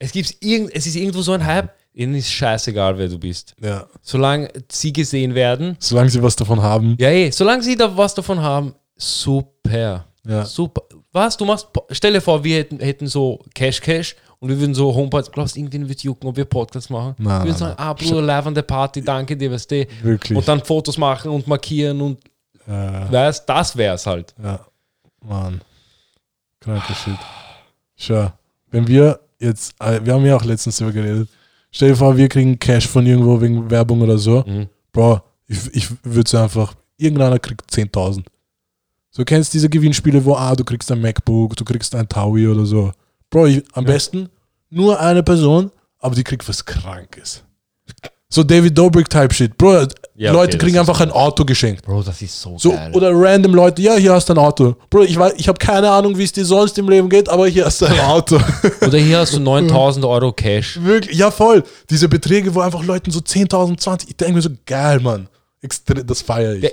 S2: Es, gibt's irgend, es ist irgendwo so ein Hype, ihnen ist scheißegal, wer du bist.
S1: Ja.
S2: Solange sie gesehen werden,
S1: Solange sie was davon haben.
S2: ja, eh, solange sie da was davon haben, super.
S1: Ja.
S2: Super. was, du machst, Po- stell dir vor, wir hätten, hätten so Cash Cash und wir würden so Homepage, glaubst du, irgendwen wird jucken, ob wir Podcasts machen?
S1: Nein,
S2: wir würden
S1: nein,
S2: sagen, ah, Bruder, live an der Party, danke dir, weißt du.
S1: Wirklich.
S2: Und dann Fotos machen und markieren und
S1: Äh,
S2: weißt, das wär's halt.
S1: ja, Mann. Kranker Shit. Sure. Wenn wir jetzt, äh, wir haben ja auch letztens darüber geredet. Stell dir vor, wir kriegen Cash von irgendwo wegen Werbung oder so.
S2: Mhm.
S1: Bro, ich, ich würde es einfach, irgendeiner kriegt 10.000. So kennst diese Gewinnspiele, wo, ah, du kriegst ein MacBook, du kriegst ein Taui oder so. Bro, ich, am besten nur eine Person, aber die kriegt was Krankes. So David Dobrik-Type-Shit. Bro,
S2: Ja, okay,
S1: Leute
S2: das
S1: kriegen
S2: ist
S1: einfach ein Auto geschenkt.
S2: Bro, das ist so,
S1: So,
S2: geil.
S1: oder random Leute, ja, hier hast du ein Auto. Bro, ich, weiß- ich habe keine Ahnung, wie es dir sonst im Leben geht, aber hier hast du ein Auto.
S2: Oder hier hast du 9000 Euro Cash.
S1: Wirklich, ja voll. Diese Beträge, wo einfach Leuten so 10.000, 20, ich denke mir so, geil, Mann. Extre das feiere ich.
S2: Der,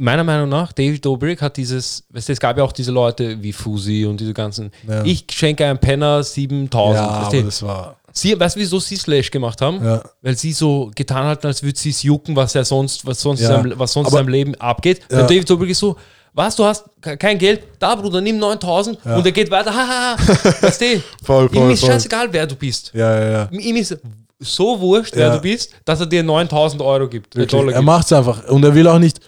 S2: meiner Meinung nach, David Dobrik hat dieses, weißt du, es gab ja auch diese Leute wie Fusi und diese ganzen,
S1: Ja.
S2: ich schenke einem Penner 7000.
S1: ja,
S2: weißt
S1: aber
S2: du,
S1: das war.
S2: sie, weißt du, wieso sie Slash gemacht haben?
S1: Ja.
S2: Weil sie so getan hatten, als würde sie es jucken, was er sonst, was sonst,
S1: Ja.
S2: in, seinem, was sonst
S1: Aber-
S2: in seinem Leben abgeht.
S1: Ja.
S2: Bei David Dobrik ist so, was, du hast ke- kein Geld, da Bruder, nimm 9000 und er geht weiter, haha, weißt du,
S1: Voll,
S2: ihm
S1: voll,
S2: ist
S1: voll.
S2: scheißegal, wer du bist.
S1: Ja, ja, ja.
S2: Ihm ist so wurscht, wer
S1: Ja.
S2: du bist, dass er dir 9000 Euro gibt. äh, Dollar
S1: Wirklich, er
S2: gibt.
S1: macht es einfach. Und er will auch nicht,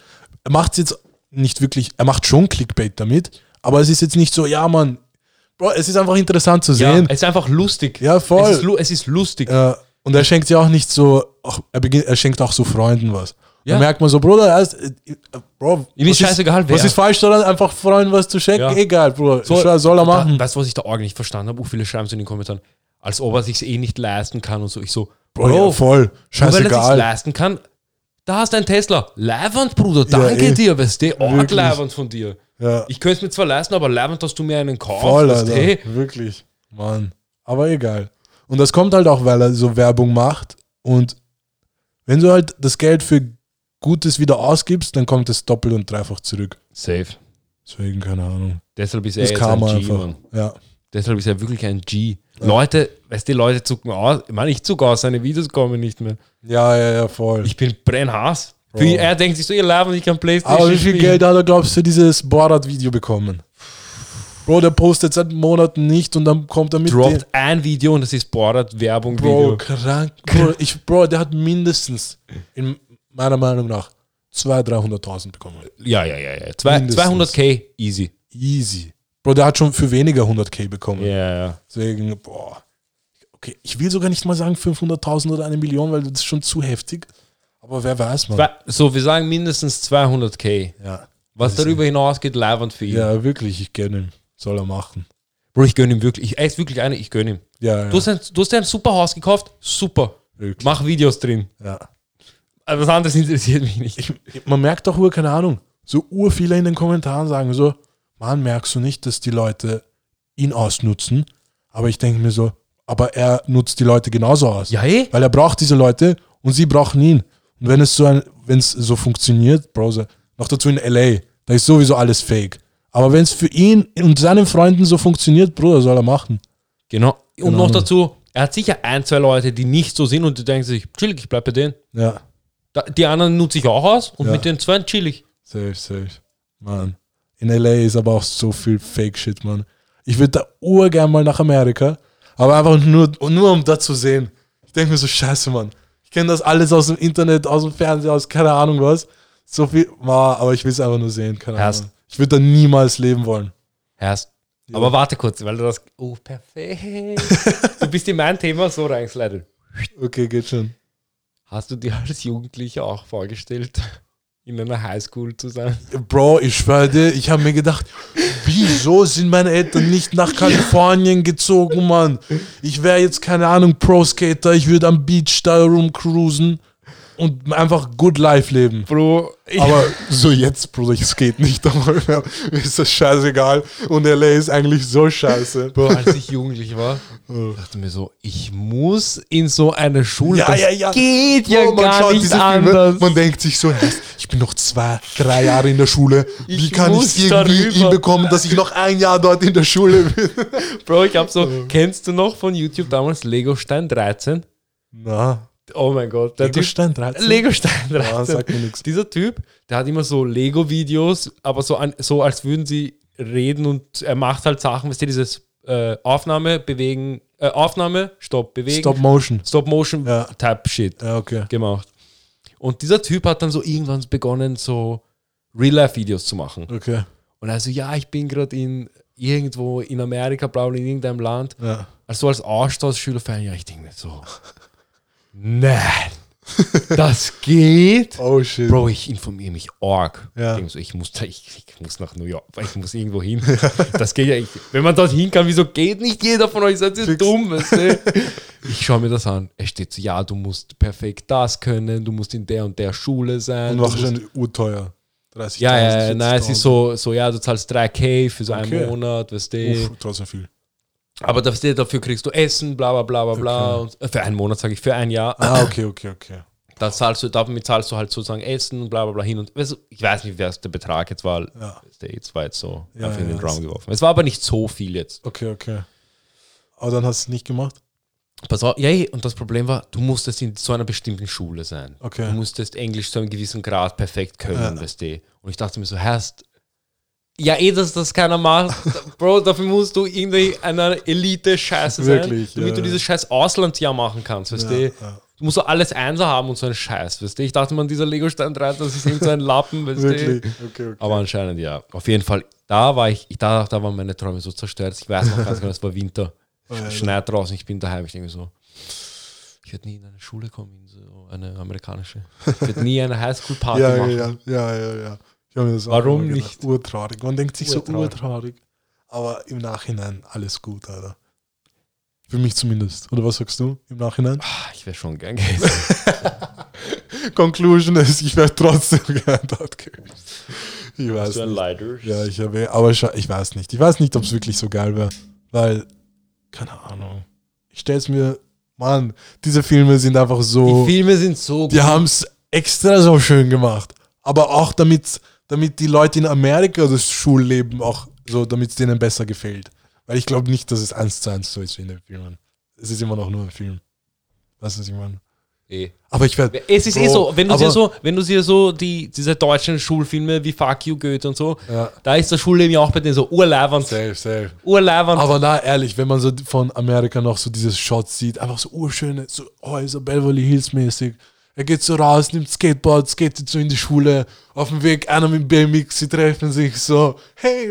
S1: er macht es jetzt nicht wirklich, er macht schon Clickbait damit, aber es ist jetzt nicht so, ja, Mann, Bro, es ist einfach interessant zu
S2: Ja,
S1: sehen.
S2: es ist einfach lustig.
S1: Ja, voll.
S2: Es ist, lu- es ist lustig.
S1: Ja, Äh, und er schenkt ja auch nicht so, auch, er, beginnt, er schenkt auch so Freunden was.
S2: Ja.
S1: Da merkt man so, Bruder, er ist, äh, Bro,
S2: Ihm ist
S1: was
S2: scheißegal, wer.
S1: Was ist falsch daran, einfach Freunden was zu schenken?
S2: Ja.
S1: Egal, Bruder, soll, soll er machen.
S2: Da, weißt du, was ich da auch nicht verstanden habe? Auch viele schreiben es in den Kommentaren, als ob er sich eh nicht leisten kann und so. Ich so, Bro,
S1: Bro, ja,
S2: nur
S1: voll,
S2: weil er sich
S1: scheißegal.
S2: leisten kann, da hast du einen Tesla. Leibwand, Bruder,
S1: Ja,
S2: danke
S1: eh.
S2: dir, weißt du, arg
S1: Wirklich.
S2: Leibwand von dir.
S1: Ja.
S2: Ich könnte es mir zwar leisten, aber Leibwand, dass eh- du mir einen kaufst,
S1: Voll,
S2: weißt
S1: Alter.
S2: du, hey,
S1: Wirklich. Mann. Aber egal. Und das kommt halt auch, weil er so Werbung macht. Und wenn du halt das Geld für Gutes wieder ausgibst, dann kommt es doppelt und dreifach zurück.
S2: Safe.
S1: Deswegen, keine Ahnung.
S2: Deshalb ist er
S1: Das
S2: jetzt ein
S1: kam
S2: G,
S1: einfach.
S2: Mann.
S1: Ja.
S2: Deshalb ist er wirklich ein G. Leute, weißt du, Leute zucken aus. Ich meine, ich zucke aus, seine Videos kommen nicht mehr.
S1: ja, ja, ja, voll.
S2: Ich bin brennhaß. Für
S1: Bro.
S2: ihn, er denkt sich so, ihr Leibwand, ich kann Playstation
S1: Aber wie viel
S2: spielen.
S1: Geld hat er, glaubst du, dieses Borat-Video bekommen? Bro, der postet seit Monaten nicht und dann kommt er mit
S2: droppt ein Video und das ist Borat Werbung
S1: dem. Bro,
S2: Video.
S1: krank. Bro, ich, Bro, der hat mindestens, in meiner Meinung nach, 200.000, 300.000 bekommen.
S2: Ja, ja, ja, ja. Zwei,
S1: Mindestens.
S2: 200k easy.
S1: Easy. Bro, der hat schon für weniger 100k bekommen.
S2: Ja, ja.
S1: Deswegen, boah. Okay, ich will sogar nicht mal sagen 500.000 oder eine Million, weil das ist schon zu heftig. Aber wer weiß, man.
S2: Zwei- So, wir sagen mindestens 200k.
S1: Ja.
S2: Was darüber hinausgeht, leibend für ihn.
S1: ja, wirklich, ich gönne ihm. Soll er machen.
S2: Bro, ich gönne ihm wirklich. Ich, er ist wirklich einer, ich gönne ihm.
S1: Ja,
S2: Du,
S1: ja.
S2: hast ein, du hast dir ein super Haus gekauft, super.
S1: Wirklich.
S2: Mach Videos drin.
S1: ja.
S2: Aber was anderes interessiert mich nicht.
S1: Man merkt doch, ur, keine Ahnung, so ur viele in den Kommentaren sagen so, man, merkst du nicht, dass die Leute ihn ausnutzen? Aber ich denke mir so, aber er nutzt die Leute genauso aus.
S2: ja, eh?
S1: Weil er braucht diese Leute und sie brauchen ihn. Und wenn es so ein, wenn es so funktioniert, Browser, noch dazu in LA, da ist sowieso alles fake. Aber wenn es für ihn und seinen Freunden so funktioniert, Bruder, soll er machen.
S2: Genau. Und
S1: Genau.
S2: noch dazu, er hat sicher ein, zwei Leute, die nicht so sind und die denken sich, chillig, ich bleib bei denen.
S1: Ja.
S2: Da, die anderen nutze ich auch aus und
S1: Ja.
S2: mit den zwei chillig.
S1: Safe, safe. Mann. In LA ist aber auch so viel Fake-Shit, Mann. Ich würde da urgern mal nach Amerika, aber einfach nur, nur um das zu sehen. Ich denke mir so, scheiße, Mann. Ich kenne das alles aus dem Internet, aus dem Fernsehen, aus keine Ahnung was. So viel, Ma, aber ich will es einfach nur sehen, keine
S2: Hast-
S1: Ahnung. Ich würde da niemals leben wollen.
S2: Herst. Aber warte kurz, weil du das. Oh, perfekt. du bist in mein Thema so reingeslidet.
S1: Okay, geht schon.
S2: Hast du dir als Jugendlicher auch vorgestellt, in einer Highschool zu sein?
S1: Bro, ich schwöre dir, ich habe mir gedacht, wieso sind meine Eltern nicht nach Kalifornien gezogen, Mann? Ich wäre jetzt, keine Ahnung, Pro-Skater, ich würde am Beach da rumcruisen und einfach good life leben.
S2: Bro, ich,
S1: Aber so jetzt, Bruder, ich skate nicht einmal mehr. Mir ist das scheißegal. Und LA ist eigentlich so scheiße.
S2: Bro, als ich jugendlich war, dachte mir so, ich muss in so eine Schule.
S1: Ja,
S2: das
S1: ja, ja.
S2: geht ja
S1: Bro, man
S2: gar
S1: schaut
S2: nicht
S1: diese Filme,
S2: anders.
S1: Man denkt sich so, "Hey, ich bin noch zwei, drei Jahre in der Schule. Wie
S2: Ich
S1: kann ich
S2: muss
S1: es irgendwie
S2: darüber."
S1: hinbekommen, dass ich noch ein Jahr dort in der Schule bin?
S2: Bro, ich hab so, kennst du noch von YouTube damals Lego Stein 13?
S1: Na,
S2: Oh mein Gott, der Typ-
S1: Stein 13.
S2: Lego Stein 13.
S1: sagt Ah, mir nix.
S2: Dieser Typ, der hat immer so Lego-Videos, aber so, an, so als würden sie reden und er macht halt Sachen, weißt du, dieses äh, Aufnahme, bewegen, äh, Aufnahme, Stopp, bewegen,
S1: Stop Motion.
S2: Stop-Motion,
S1: Ja.
S2: Type-Shit
S1: Ja, okay.
S2: gemacht. Und dieser Typ hat dann so irgendwann begonnen, so Real-Life-Videos zu machen.
S1: Okay.
S2: Und also, ja, ich bin gerade in irgendwo in Amerika, bla, bla, in irgendeinem Land.
S1: Ja.
S2: Also als Austauschschüler feiern, ja, ich denke mir so, nein, das geht.
S1: Oh shit.
S2: Bro, ich informiere mich arg.
S1: Ja.
S2: Ich, denk so, ich, muss da, ich, ich muss nach New York, ich muss irgendwo hin. Das geht ja, ich, wenn man dorthin kann, wieso geht nicht jeder von euch? Seid ihr
S1: Fix.
S2: dumm? Weißt du? Ich schaue mir das an. Es steht so, ja, du musst perfekt das können, du musst in der und der Schule sein.
S1: Und
S2: du
S1: war
S2: musst-
S1: schon urteuer. 30
S2: ja, ja, ja, nein, es ist so, so, ja, du zahlst 3K für so
S1: Okay.
S2: einen Monat, weißt du.
S1: Uff, oh, trotzdem viel.
S2: Aber das, dafür kriegst du Essen, bla bla bla bla bla. Und, äh, für einen Monat, sage ich, für ein Jahr.
S1: Ah, okay, okay, okay.
S2: Da zahlst du, damit zahlst du halt sozusagen Essen und bla bla bla hin und weißt du, ich weiß nicht, wer es der Betrag jetzt war.
S1: Ja.
S2: Der jetzt war jetzt so
S1: Ja,
S2: einfach in
S1: ja,
S2: den Raum
S1: das-
S2: geworfen. Es war aber nicht so viel jetzt.
S1: Okay, okay. Aber dann hast du es nicht gemacht?
S2: Pass auf, ja, ja, und das Problem war, du musstest in so einer bestimmten Schule sein.
S1: Okay.
S2: Du musstest Englisch zu einem gewissen Grad perfekt können,
S1: Ja.
S2: weißt du. Und ich dachte mir so, herrst, ja, eh, dass das keiner macht. Bro, dafür musst du irgendeiner Elite-Scheiße sein,
S1: Wirklich,
S2: damit
S1: ja,
S2: du
S1: ja.
S2: dieses scheiß Auslandsjahr machen kannst, weißt
S1: Ja,
S2: du.
S1: ja.
S2: Du musst so alles Einser haben und so einen Scheiß, weißt du? Ich dachte man, dieser Lego-Stein 3, das ist irgend so ein Lappen, weißt
S1: Wirklich.
S2: du?
S1: Okay, okay.
S2: Aber anscheinend ja. Auf jeden Fall, da war ich, ich da, da waren meine Träume so zerstört. Ich weiß noch ganz genau, es war Winter.
S1: Oh, ja,
S2: Sch- Schneit draußen, ich bin daheim. Ich denke mir so, ich werde nie in eine Schule kommen, in so eine amerikanische. Ich werde nie eine Highschool-Party
S1: ja, ja,
S2: machen.
S1: ja, ja, ja, ja. Ich hab mir das auch
S2: Warum
S1: immer
S2: nicht?
S1: gedacht. Urtraurig. Man denkt sich so
S2: Urtraurig.
S1: urtraurig. Aber im Nachhinein alles gut, Alter. Für mich zumindest. Oder was sagst du im Nachhinein?
S2: Ah, Ich wäre schon gern gewesen.
S1: Conclusion ist, ich wäre trotzdem gern dort gewesen. Ich weiß nicht.
S2: Leiter?
S1: Ja, ich habe, aber scha- ich weiß nicht. Ich weiß nicht, ob es wirklich so geil wäre, weil, keine Ahnung. Ich stell's mir, Mann, diese Filme sind einfach
S2: Die
S1: so,
S2: Filme sind so gut.
S1: die haben's extra so schön gemacht. Aber auch damit, damit die Leute in Amerika das Schulleben auch so, damit es denen besser gefällt. Weil ich glaube nicht, dass es eins zu eins so ist wie in den Filmen. Es ist immer noch nur ein Film. Weißt du, was ich meine?
S2: Eh.
S1: Aber ich werde.
S2: Es ist eh so, wenn du dir
S1: aber-
S2: so, wenn du dir so die, diese deutschen Schulfilme wie Fuck You Goethe und so,
S1: Ja.
S2: da ist das Schulleben ja auch bei denen so urleibernd,
S1: Safe, safe.
S2: urleibernd.
S1: Aber na, ehrlich, wenn man so von Amerika noch so dieses Shot sieht, einfach so urschöne so Häuser, Beverly Hills mäßig. Er geht so raus, nimmt Skateboard, skatet so in die Schule, auf dem Weg einer mit dem BMX, sie treffen sich so, hey,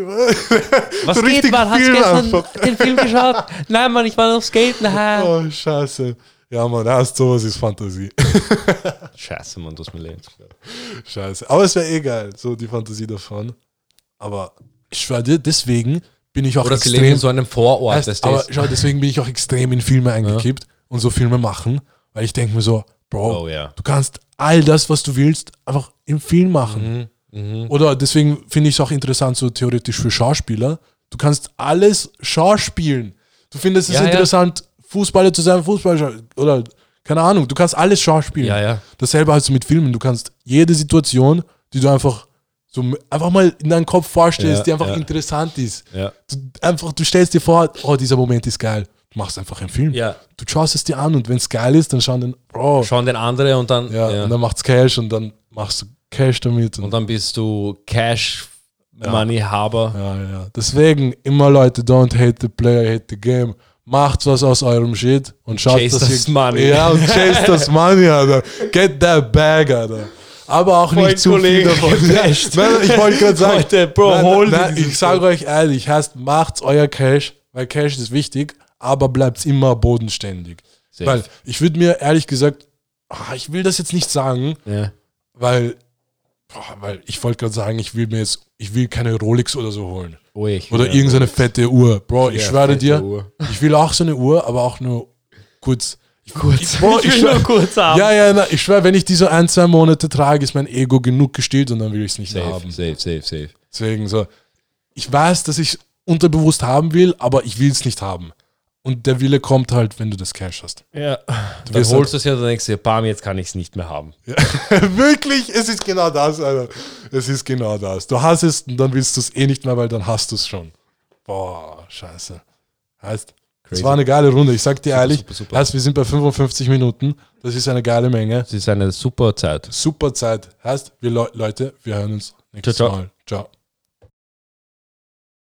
S2: Was
S1: so
S2: geht,
S1: richtig
S2: Mann? Hast du
S1: Film
S2: gestern
S1: einfach.
S2: den Film geschaut? Nein, Mann, ich war auf Skaten. Ha.
S1: Oh, scheiße. Ja, man, erst sowas ist Fantasie.
S2: Scheiße, Mann, du hast mir leid.
S1: Scheiße. Aber es wäre eh geil, so die Fantasie davon. Aber ich schwör dir, deswegen bin ich auch
S2: Oder sie leben
S1: extrem
S2: in so einem Vorort.
S1: Weißt,
S2: weißt du,
S1: aber
S2: ist-
S1: schau, deswegen bin ich auch extrem in Filme eingekippt und so Filme machen, weil ich denke mir so, Bro,
S2: Oh, ja.
S1: du kannst all das, was du willst, einfach im Film machen.
S2: Mhm, mhm.
S1: Oder deswegen finde ich es auch interessant, so theoretisch für Schauspieler. Du kannst alles schauspielen. Du findest es
S2: Ja, ja.
S1: interessant, Fußballer zu sein, Fußballer oder keine Ahnung, du kannst alles schauspielen.
S2: Ja, ja.
S1: Dasselbe hast du mit Filmen. Du kannst jede Situation, die du einfach so m- einfach mal in deinen Kopf vorstellst,
S2: Ja,
S1: die einfach
S2: ja.
S1: interessant ist.
S2: Ja.
S1: Du, einfach, du stellst dir vor, oh, dieser Moment ist geil. Du machst einfach einen Film.
S2: Ja.
S1: Du schaust es dir an und wenn es geil ist, dann schauen den, oh,
S2: Schauen den andere und dann,
S1: ja,
S2: ja.
S1: und dann macht's Cash und dann machst du Cash damit. Und,
S2: Und dann bist du Cash, Money, Haber.
S1: ja, ja. Deswegen immer Leute, don't hate the player, hate the game. Macht was aus eurem Shit und schaut,
S2: chase
S1: dass
S2: das
S1: ihr,
S2: money.
S1: Ja, und chase das Money, Alter. Get that bag, Alter. Aber auch
S2: Mein
S1: nicht zu
S2: Kollege
S1: viel davon. Ja,
S2: gebasht.
S1: nein, ich wollte gerade sagen,
S2: Leute, Bro,
S1: nein,
S2: hol dir
S1: nein,
S2: dieses
S1: ich sage euch ehrlich, heißt, macht's euer Cash, weil Cash ist wichtig, aber bleibt immer bodenständig.
S2: Safe.
S1: Weil ich würde mir ehrlich gesagt, ah, ich will das jetzt nicht sagen,
S2: Ja.
S1: weil, boah, weil ich wollte gerade sagen, ich will mir jetzt, ich will keine Rolex oder so holen.
S2: Oh, ich
S1: Oder
S2: ja.
S1: irgendeine fette Uhr. Bro, ich
S2: Ja,
S1: schwöre
S2: fette
S1: dir,
S2: Uhr.
S1: ich will auch so eine Uhr, aber auch nur kurz.
S2: Kurz.
S1: Bro,
S2: ich will
S1: schwör-
S2: nur kurz haben.
S1: Ja, ja, na, ich schwöre, wenn ich die so ein, zwei Monate trage, ist mein Ego genug gestillt und dann will ich es nicht mehr
S2: Safe,
S1: haben.
S2: safe, safe, safe.
S1: Deswegen so, ich weiß, dass ich unterbewusst haben will, aber ich will es nicht haben. Und der Wille kommt halt, wenn du das Cash hast.
S2: Ja. Dann
S1: wirst
S2: holst du es ja und dann denkst du, dir, bam, jetzt kann ich es nicht mehr haben.
S1: Wirklich, es ist genau das, Alter. Es ist genau das. Du hast es und dann willst du es eh nicht mehr, weil dann hast du es schon. Boah, scheiße. Heißt, es
S2: Crazy.
S1: war eine geile Runde. Ich sag dir ehrlich,
S2: super, super.
S1: Heißt, wir sind bei 55 Minuten. Das ist eine geile Menge.
S2: Es ist eine super Zeit.
S1: Super Zeit. Heißt, wir Leu Leute, wir hören uns nächstes
S2: Ciao, ciao.
S1: Mal. Ciao.